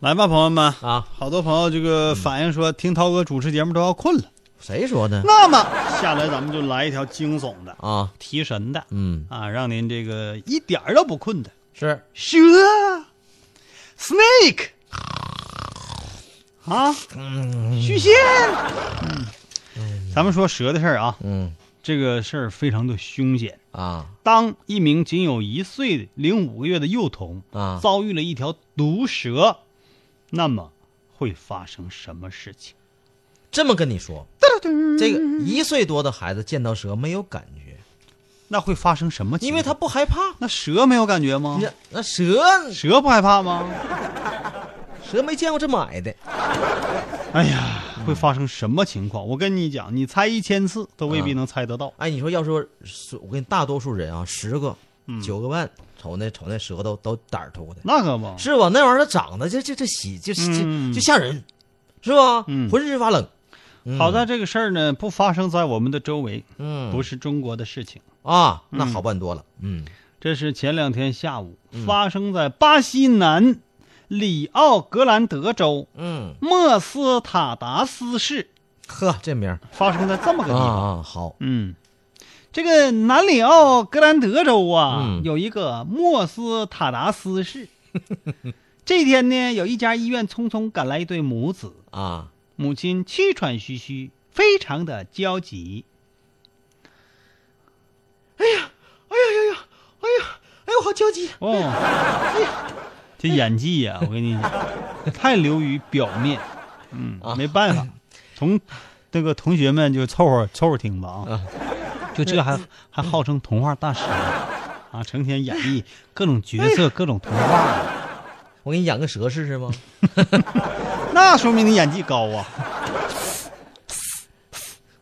Speaker 1: 来吧，朋友们
Speaker 2: 啊！
Speaker 1: 好多朋友这个反映说，听涛哥主持节目都要困了。
Speaker 2: 谁说的
Speaker 1: 那么下来，咱们就来一条惊悚的、
Speaker 2: 啊？
Speaker 1: 提神的
Speaker 2: 嗯，
Speaker 1: 啊，让您这个一点儿都不困的。
Speaker 2: 是
Speaker 1: 蛇，snake，啊，
Speaker 2: 嗯
Speaker 1: 许仙。嗯咱们说蛇的事儿啊，
Speaker 2: 嗯
Speaker 1: 这个事儿非常的凶险。
Speaker 2: 啊
Speaker 1: 当一名仅有一岁零五个月的幼童
Speaker 2: 啊
Speaker 1: 遭遇了一条毒蛇，那么会发生什么事情？
Speaker 2: 这么跟你说，这个一岁多的孩子见到蛇没有感觉，
Speaker 1: 那会发生什么情况？
Speaker 2: 因为他不害怕。
Speaker 1: 那蛇没有感觉吗？
Speaker 2: 那那蛇
Speaker 1: 蛇不害怕吗？
Speaker 2: 蛇没见过这么矮的，
Speaker 1: 哎呀，
Speaker 2: 嗯
Speaker 1: 会发生什么情况？我跟你讲，你猜一千次都未必能猜得到。
Speaker 2: 哎，你说要说，是我跟你大多数人啊，十个九个半，瞅那瞅那舌头都胆儿突的，
Speaker 1: 嗯那可不，
Speaker 2: 是吧？那玩意儿它长得这这这喜就
Speaker 1: 嗯
Speaker 2: 就就吓人，是吧？
Speaker 1: 嗯
Speaker 2: 浑身发冷。嗯
Speaker 1: 好在这个事儿呢不发生在我们的周围，
Speaker 2: 嗯，
Speaker 1: 不是中国的事情。
Speaker 2: 啊，那好办多了。嗯，
Speaker 1: 这是前两天下午发生在巴西南里奥格兰德州
Speaker 2: 嗯，
Speaker 1: 莫斯塔达斯市，
Speaker 2: 呵，这名儿
Speaker 1: 发生在这么个地
Speaker 2: 啊
Speaker 1: 方。
Speaker 2: 啊好，
Speaker 1: 嗯，这个南里奥格兰德州啊，
Speaker 2: 嗯
Speaker 1: 有一个莫斯塔达 斯市。这天呢，有一家医院匆匆赶来一对母子，
Speaker 2: 啊，
Speaker 1: 母亲气喘吁吁，非常的焦急。
Speaker 2: 哎，我好焦急。
Speaker 1: 哦，这演技呀、我跟你 讲，太流于表面。嗯，
Speaker 2: 啊
Speaker 1: 没办法，同那个同学们就凑合凑合听吧啊。就这还还号称童话大师啊，成天演绎各种角
Speaker 2: 哎
Speaker 1: 色、各种童话，
Speaker 2: 我给你养个蛇试试吗？
Speaker 1: 那说明你演技高啊。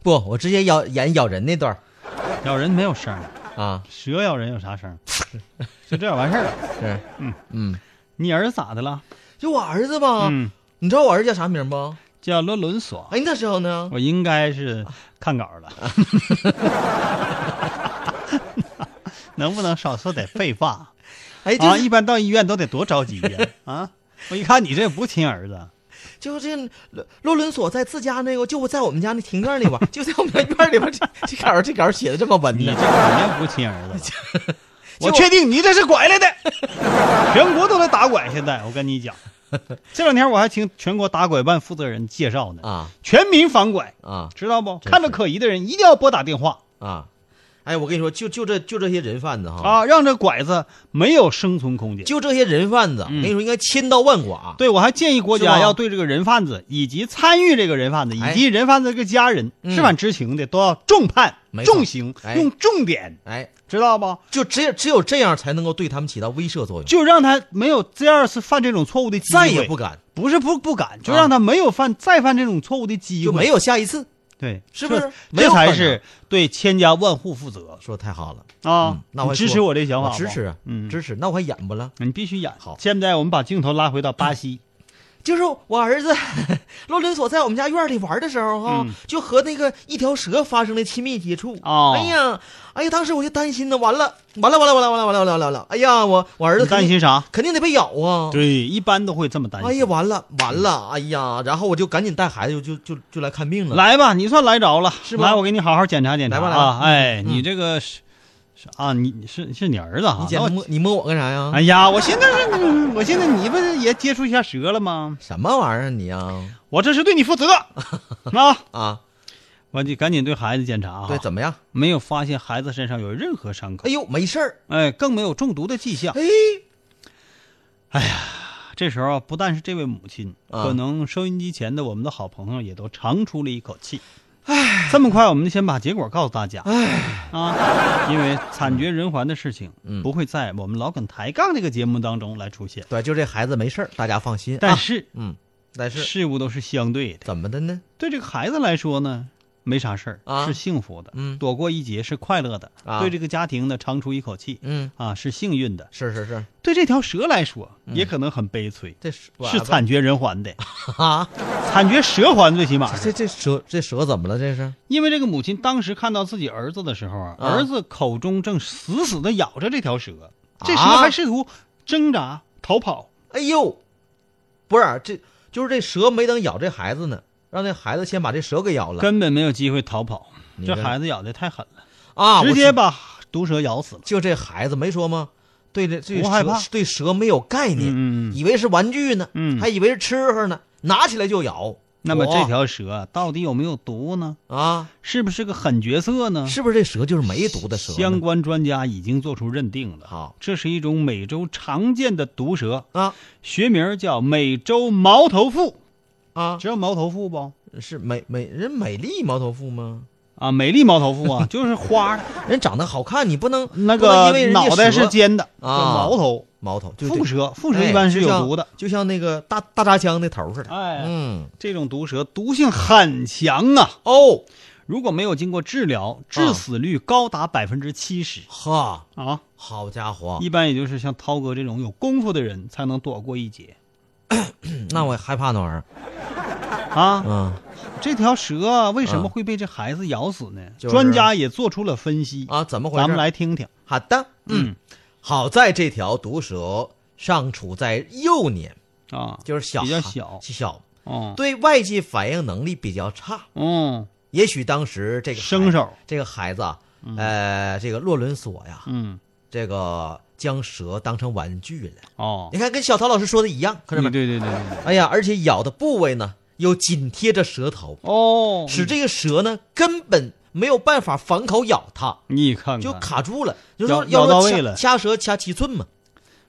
Speaker 2: 不，我直接咬演咬人那段儿
Speaker 1: 咬人没有声儿，
Speaker 2: 啊，
Speaker 1: 蛇咬人有啥声儿？ 就这样完事儿了。
Speaker 2: 是，嗯嗯，
Speaker 1: 你儿子咋的了？啊
Speaker 2: 就我儿子吧，
Speaker 1: 嗯，
Speaker 2: 你知道我儿子叫啥名不？
Speaker 1: 叫罗伦索。
Speaker 2: 哎，你咋知道呢？
Speaker 1: 我应该是看稿了， 能不能少说点废话
Speaker 2: 哎，就
Speaker 1: 啊？
Speaker 2: 是
Speaker 1: 一般到医院都得多着急 呀啊！我一看你这不亲儿子，
Speaker 2: 就这洛洛伦索在自家那个，就我在我们家那庭院里边 儿，就在我们家院里边儿，这这稿儿这稿儿写的这么文
Speaker 1: 你这
Speaker 2: 呢？
Speaker 1: 肯定不亲儿子了。
Speaker 2: 就
Speaker 1: 我确定你这是拐来的，全国都在打拐。现在我跟你讲，这两天我还听全国打拐办负责人介绍呢，
Speaker 2: 啊
Speaker 1: 全民反拐，
Speaker 2: 啊
Speaker 1: 知道不？
Speaker 2: 是
Speaker 1: 看着可疑的人一定要拨打电话
Speaker 2: 啊！哎，我跟你说，就就这就这些人贩子哈，
Speaker 1: 啊，让这拐子没有生存空间。
Speaker 2: 就这些人贩子，我跟你说应该千刀万剐。
Speaker 1: 嗯
Speaker 2: 啊
Speaker 1: 对，我还建议国
Speaker 2: 是
Speaker 1: 家
Speaker 2: 吗哎
Speaker 1: 要对这个人贩子，以及参与这个人贩子，以及人贩子这个家人，
Speaker 2: 嗯
Speaker 1: 知反知情的，都要重判
Speaker 2: 没、错
Speaker 1: 重刑，
Speaker 2: 哎
Speaker 1: 用重点，
Speaker 2: 哎，
Speaker 1: 知道不？
Speaker 2: 就只有只有这样才能够对他们起到威慑作用，
Speaker 1: 就让他没有第二次犯这种错误的机会，
Speaker 2: 再也不敢，
Speaker 1: 不是不不敢，就
Speaker 2: 啊
Speaker 1: 让他没有犯、再犯这种错误的机
Speaker 2: 就
Speaker 1: 会，
Speaker 2: 没有下一次。
Speaker 1: 对，
Speaker 2: 是不是没
Speaker 1: 这
Speaker 2: 有
Speaker 1: 才
Speaker 2: 犯
Speaker 1: 是对千家万户负责
Speaker 2: 说得太好了，
Speaker 1: 啊！
Speaker 2: 嗯那我
Speaker 1: 你
Speaker 2: 还
Speaker 1: 支
Speaker 2: 说
Speaker 1: 持我这想法
Speaker 2: 我
Speaker 1: 吗？
Speaker 2: 支持啊，
Speaker 1: 嗯，
Speaker 2: 支持。那我还演不了，
Speaker 1: 你必须演
Speaker 2: 好
Speaker 1: 现在我们把镜头拉回到 巴西，
Speaker 2: 就是我儿子 洛伦索在我们家院里玩的时候哈、
Speaker 1: 嗯
Speaker 2: 就和那个一条蛇发生了亲密接触。
Speaker 1: 哦
Speaker 2: 哎呀，哎呀，当时我就担心呢，完了，完了，完了，完了，完了，完了，完了，完了完了，哎呀，我我儿子
Speaker 1: 你担
Speaker 2: 肯定
Speaker 1: 心啥？
Speaker 2: 肯定得被咬啊。
Speaker 1: 对，一般都会这么担心。
Speaker 2: 哎呀，完了，完了，哎呀，然后我就赶紧带孩子就就就就来看病了。
Speaker 1: 来吧，你算来着了，
Speaker 2: 是吧
Speaker 1: 来，我给你好好检查检查
Speaker 2: 来吧来吧
Speaker 1: 啊！哎，
Speaker 2: 嗯
Speaker 1: 你这个是是啊，你是是你儿子啊？
Speaker 2: 你捡
Speaker 1: 那我
Speaker 2: 摸你摸我干啥呀？
Speaker 1: 哎呀，我寻思是，我寻思你不是也接触一下蛇了吗？
Speaker 2: 什么玩意儿你呀？
Speaker 1: 我这是对你 负责啊！
Speaker 2: 啊，
Speaker 1: 我就赶紧对孩子检查啊，
Speaker 2: 对，怎么样？
Speaker 1: 没有发现孩子身上有任何伤口
Speaker 2: 哎，呦，没事儿。
Speaker 1: 哎，更没有中毒的迹象。哎
Speaker 2: 哎，
Speaker 1: 这时候啊不但是这位母亲，
Speaker 2: 啊
Speaker 1: 可能收音机前的我们的好朋友也都长出了一口气。唉，这么快，我们就先把结果告诉大家。啊，因为惨绝人寰的事情
Speaker 2: 嗯啊
Speaker 1: 不会在我们老梗抬杠这个节目当中来出现。
Speaker 2: 对，就这孩子没事儿，大家放心。
Speaker 1: 但
Speaker 2: 啊，
Speaker 1: 是，
Speaker 2: 嗯，但是
Speaker 1: 事物都是相对的。
Speaker 2: 怎么的呢？
Speaker 1: 对这个孩子来说呢，没啥事儿，
Speaker 2: 啊
Speaker 1: 是幸福的。
Speaker 2: 嗯
Speaker 1: 躲过一劫是快乐的。
Speaker 2: 啊
Speaker 1: 对这个家庭呢，长出一口气。
Speaker 2: 嗯，
Speaker 1: 啊，是幸运的。
Speaker 2: 是是是，
Speaker 1: 对这条蛇来说，
Speaker 2: 嗯
Speaker 1: 也可能很悲催，
Speaker 2: 这是
Speaker 1: 是惨绝人 寰的，
Speaker 2: 啊！
Speaker 1: 惨绝蛇环，最起码是。
Speaker 2: 这这蛇这蛇怎么了？这是
Speaker 1: 因为这个母亲当时看到自己儿子的时候啊，
Speaker 2: 啊
Speaker 1: 儿子口中正死死的咬着这条蛇，这蛇
Speaker 2: 啊
Speaker 1: 还试图挣扎逃跑。
Speaker 2: 哎呦，不是这就是这蛇没等咬这孩子呢，让那孩子先把这蛇给咬了
Speaker 1: 根本没有机会逃跑。
Speaker 2: 你
Speaker 1: 这
Speaker 2: 看
Speaker 1: 孩子咬的太狠了，
Speaker 2: 啊！
Speaker 1: 直
Speaker 2: 我
Speaker 1: 接
Speaker 2: 去
Speaker 1: 把毒蛇咬死了。
Speaker 2: 就这孩子没说吗？对这对
Speaker 1: 不
Speaker 2: 蛇
Speaker 1: 害怕
Speaker 2: 对蛇没有概念，
Speaker 1: 嗯嗯嗯
Speaker 2: 以为是玩具呢，
Speaker 1: 嗯
Speaker 2: 还以为是吃喝呢，拿起来就咬。
Speaker 1: 那么
Speaker 2: 哇
Speaker 1: 这条蛇啊到底有没有毒呢？
Speaker 2: 啊，
Speaker 1: 是不是个狠角色呢？
Speaker 2: 是不是这蛇就是没毒的蛇呢？
Speaker 1: 相关专家已经做出认定了。
Speaker 2: 好
Speaker 1: 这是一种美洲常见的毒蛇，
Speaker 2: 啊
Speaker 1: 学名叫美洲毛头腹。
Speaker 2: 啊，
Speaker 1: 知道毛头腹不？
Speaker 2: 是美美人美丽毛头妇吗？
Speaker 1: 啊，美丽毛头 腹啊，就是花的，
Speaker 2: 人长得好看，你不能
Speaker 1: 那
Speaker 2: 不能因为
Speaker 1: 个
Speaker 2: 人家
Speaker 1: 脑袋
Speaker 2: 蛇
Speaker 1: 是尖的
Speaker 2: 啊
Speaker 1: 毛头
Speaker 2: 毛头，就是
Speaker 1: 腹
Speaker 2: 这
Speaker 1: 蛇，腹蛇
Speaker 2: 哎
Speaker 1: 一般是
Speaker 2: 就
Speaker 1: 有
Speaker 2: 像
Speaker 1: 毒的。
Speaker 2: 就像那个大大扎枪那头似的。
Speaker 1: 哎
Speaker 2: 嗯，
Speaker 1: 这种毒蛇毒性很强啊，
Speaker 2: 哦，
Speaker 1: 如果没有经过治疗，
Speaker 2: 啊
Speaker 1: 致死率高达百分之七十
Speaker 2: 哈，
Speaker 1: 啊！
Speaker 2: 好家伙，
Speaker 1: 一般也就是像涛哥这种有功夫的人才能躲过一劫
Speaker 2: 那我害怕那玩意儿。
Speaker 1: 啊。
Speaker 2: 嗯
Speaker 1: 这条蛇啊为什么
Speaker 2: 嗯
Speaker 1: 会被这孩子咬死呢？
Speaker 2: 就是
Speaker 1: 专家也做出了分析
Speaker 2: 啊，，怎么回事？
Speaker 1: 咱们来听听。
Speaker 2: 好的，嗯，好在这条毒蛇尚处在幼年，
Speaker 1: 啊，
Speaker 2: 就是小
Speaker 1: 比较
Speaker 2: 孩
Speaker 1: 小，
Speaker 2: 小，
Speaker 1: 嗯
Speaker 2: 对外界反应能力比较差。
Speaker 1: 嗯，
Speaker 2: 也许当时这个孩
Speaker 1: 生手，
Speaker 2: 这个孩子啊，呃，这个洛伦索呀，
Speaker 1: 嗯
Speaker 2: 这个将蛇当成玩具了。
Speaker 1: 哦
Speaker 2: 你，看，跟小陶老师说的一样，看
Speaker 1: 对
Speaker 2: 着
Speaker 1: 对
Speaker 2: 没？
Speaker 1: 对对对，
Speaker 2: 哎呀，而且咬的部位呢，又紧贴着舌头，
Speaker 1: 哦，
Speaker 2: 使这个蛇呢根本没有办法反口咬它，
Speaker 1: 你看看，
Speaker 2: 就卡住了。就
Speaker 1: 咬
Speaker 2: 说要
Speaker 1: 咬到
Speaker 2: 说
Speaker 1: 位
Speaker 2: 掐
Speaker 1: 了
Speaker 2: 掐蛇掐七寸嘛，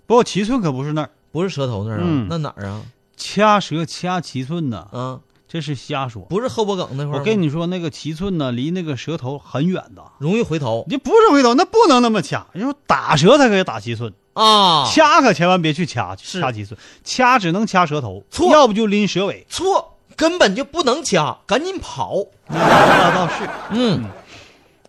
Speaker 1: 不过七寸可不是那儿，
Speaker 2: 不是舌头那儿啊，
Speaker 1: 嗯
Speaker 2: 那哪儿啊？
Speaker 1: 掐蛇掐七寸呢，
Speaker 2: 啊，
Speaker 1: 这是瞎说。
Speaker 2: 不是后脖梗那块儿吗。
Speaker 1: 我跟你说，那个七寸呢，离那个蛇头很远的，
Speaker 2: 容易回头
Speaker 1: 你不是回头，那不能那么掐。你说打蛇才可以打七寸，
Speaker 2: 啊，
Speaker 1: 掐可千万别去掐，掐七寸，掐只能掐蛇头，
Speaker 2: 错
Speaker 1: 要不就拎蛇尾。
Speaker 2: 错，根本就不能掐，赶紧跑。
Speaker 1: 那倒是，
Speaker 2: 嗯，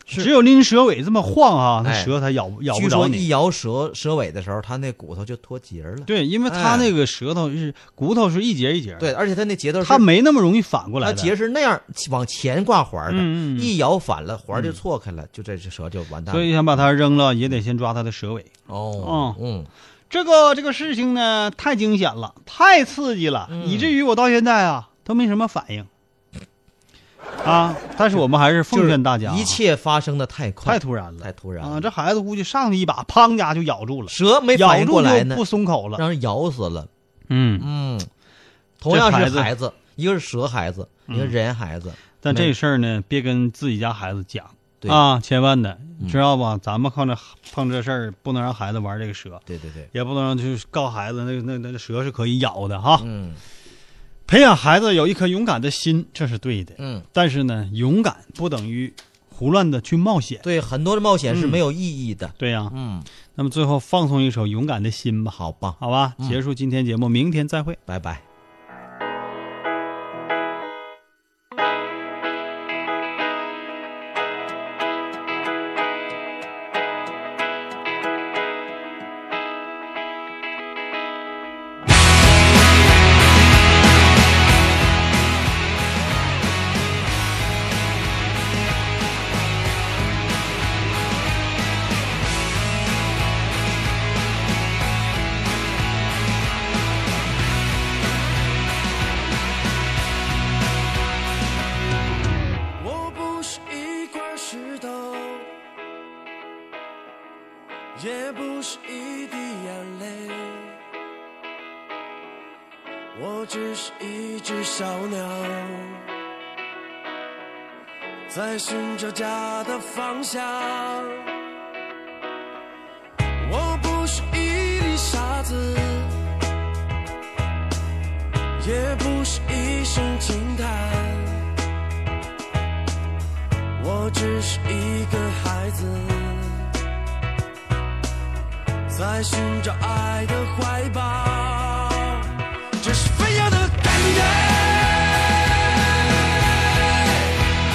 Speaker 2: 是
Speaker 1: 只有拎蛇尾这么晃啊，那
Speaker 2: 哎
Speaker 1: 蛇才咬不咬
Speaker 2: 据
Speaker 1: 不
Speaker 2: 说
Speaker 1: 着
Speaker 2: 一
Speaker 1: 你。
Speaker 2: 摇蛇蛇尾的时候，它那骨头就脱节儿了。
Speaker 1: 对，因为它
Speaker 2: 哎
Speaker 1: 那个舌头是骨头是一节一节，
Speaker 2: 对，，而且它那节头是
Speaker 1: 它没那么容易反过
Speaker 2: 它
Speaker 1: 来
Speaker 2: 节
Speaker 1: 的。
Speaker 2: 是那样往前挂环儿的，
Speaker 1: 嗯嗯嗯
Speaker 2: 一摇反了，环儿就错开了，就这只蛇就完蛋了。
Speaker 1: 所以想把它扔了，也得先抓它的蛇尾。
Speaker 2: 哦，嗯
Speaker 1: 这个这个事情呢，太惊险了，太刺激了，
Speaker 2: 嗯
Speaker 1: 以至于我到现在啊都没什么反应。啊！但是我们还是奉劝大家啊、
Speaker 2: 一切发生的太快，
Speaker 1: 太突然了，
Speaker 2: 太突然了
Speaker 1: 啊！这孩子估计上去一把，砰家就咬住了，
Speaker 2: 蛇没
Speaker 1: 咬
Speaker 2: 反应
Speaker 1: 住
Speaker 2: 过来
Speaker 1: 就
Speaker 2: 呢
Speaker 1: 不，松口了。
Speaker 2: 让人咬死了。
Speaker 1: 嗯，
Speaker 2: 嗯，同样是
Speaker 1: 孩子嗯
Speaker 2: 孩子，一个是蛇孩子，一个人孩子。
Speaker 1: 但这事儿呢，别跟自己家孩子讲
Speaker 2: 对嗯
Speaker 1: 啊，千万的，知道吧？咱们碰着碰这事儿，不能让孩子玩这个蛇，
Speaker 2: 对对对，
Speaker 1: 也不能让就是告孩子那那那那蛇是可以咬的哈。
Speaker 2: 嗯
Speaker 1: 培养孩子有一颗勇敢的心，这是对的。
Speaker 2: 嗯，
Speaker 1: 但是呢，勇敢不等于胡乱的去冒险。
Speaker 2: 对，很多的冒险是
Speaker 1: 嗯
Speaker 2: 没有意义的。
Speaker 1: 对呀、
Speaker 2: 嗯，
Speaker 1: 那么最后放松一首《勇敢的心》吧，
Speaker 2: 好吧，
Speaker 1: 好吧，结束今天节目，明天再会。
Speaker 2: 拜拜。
Speaker 7: 我不是一块石头，也不是一滴眼泪，我只是一只小鸟，在寻找家的方向。我不是一粒沙子，也不是一声轻叹。我只是一个孩子，在寻找爱的怀抱，这是飞扬的感觉，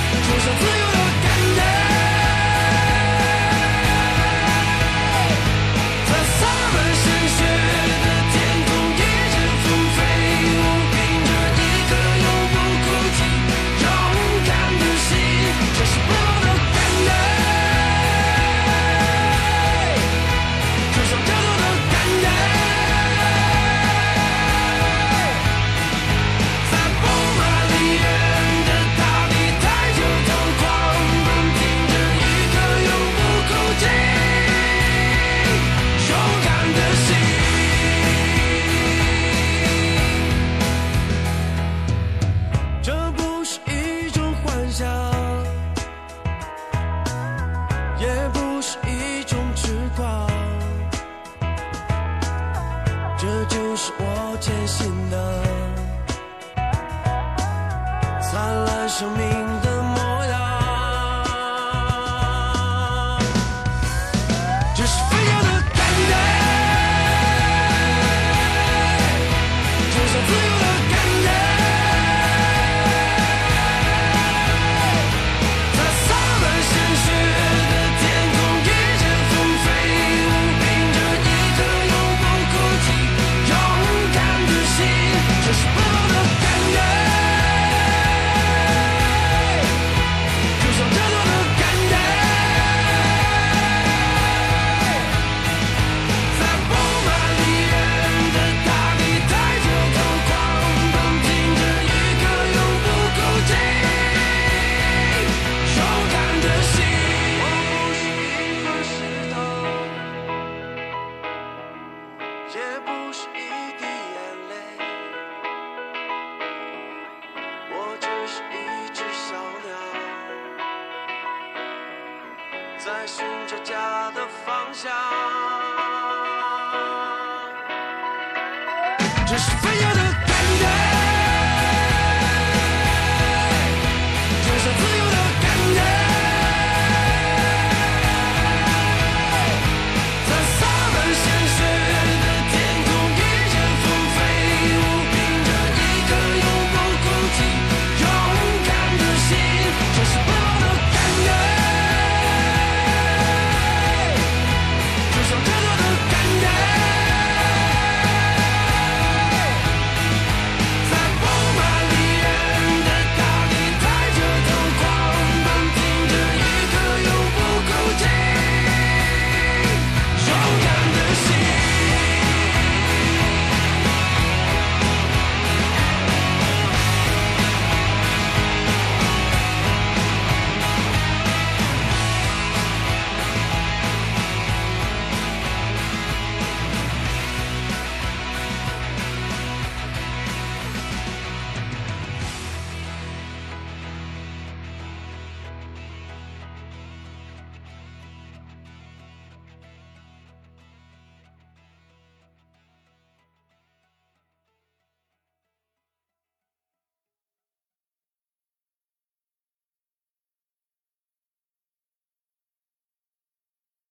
Speaker 7: 冲向自由的感觉，在洒满鲜血的天空一直纷飞舞，凭着一颗永不哭泣、勇敢的心，这是我的感觉。就像角落的感觉，灿烂生命的模样，这是飞扬的感觉，就像自由的感觉，在洒满鲜血的天空一阵风飞舞，凭着一颗永不哭泣、勇敢的心，这是不同的感觉。就像这样的感觉，在布满敌人的大地，抬着头狂奔，听着一颗永不哭泣、勇敢的心。我不是一块石头，也不是一滴眼泪。我只是一只小鸟，在寻着家的方向。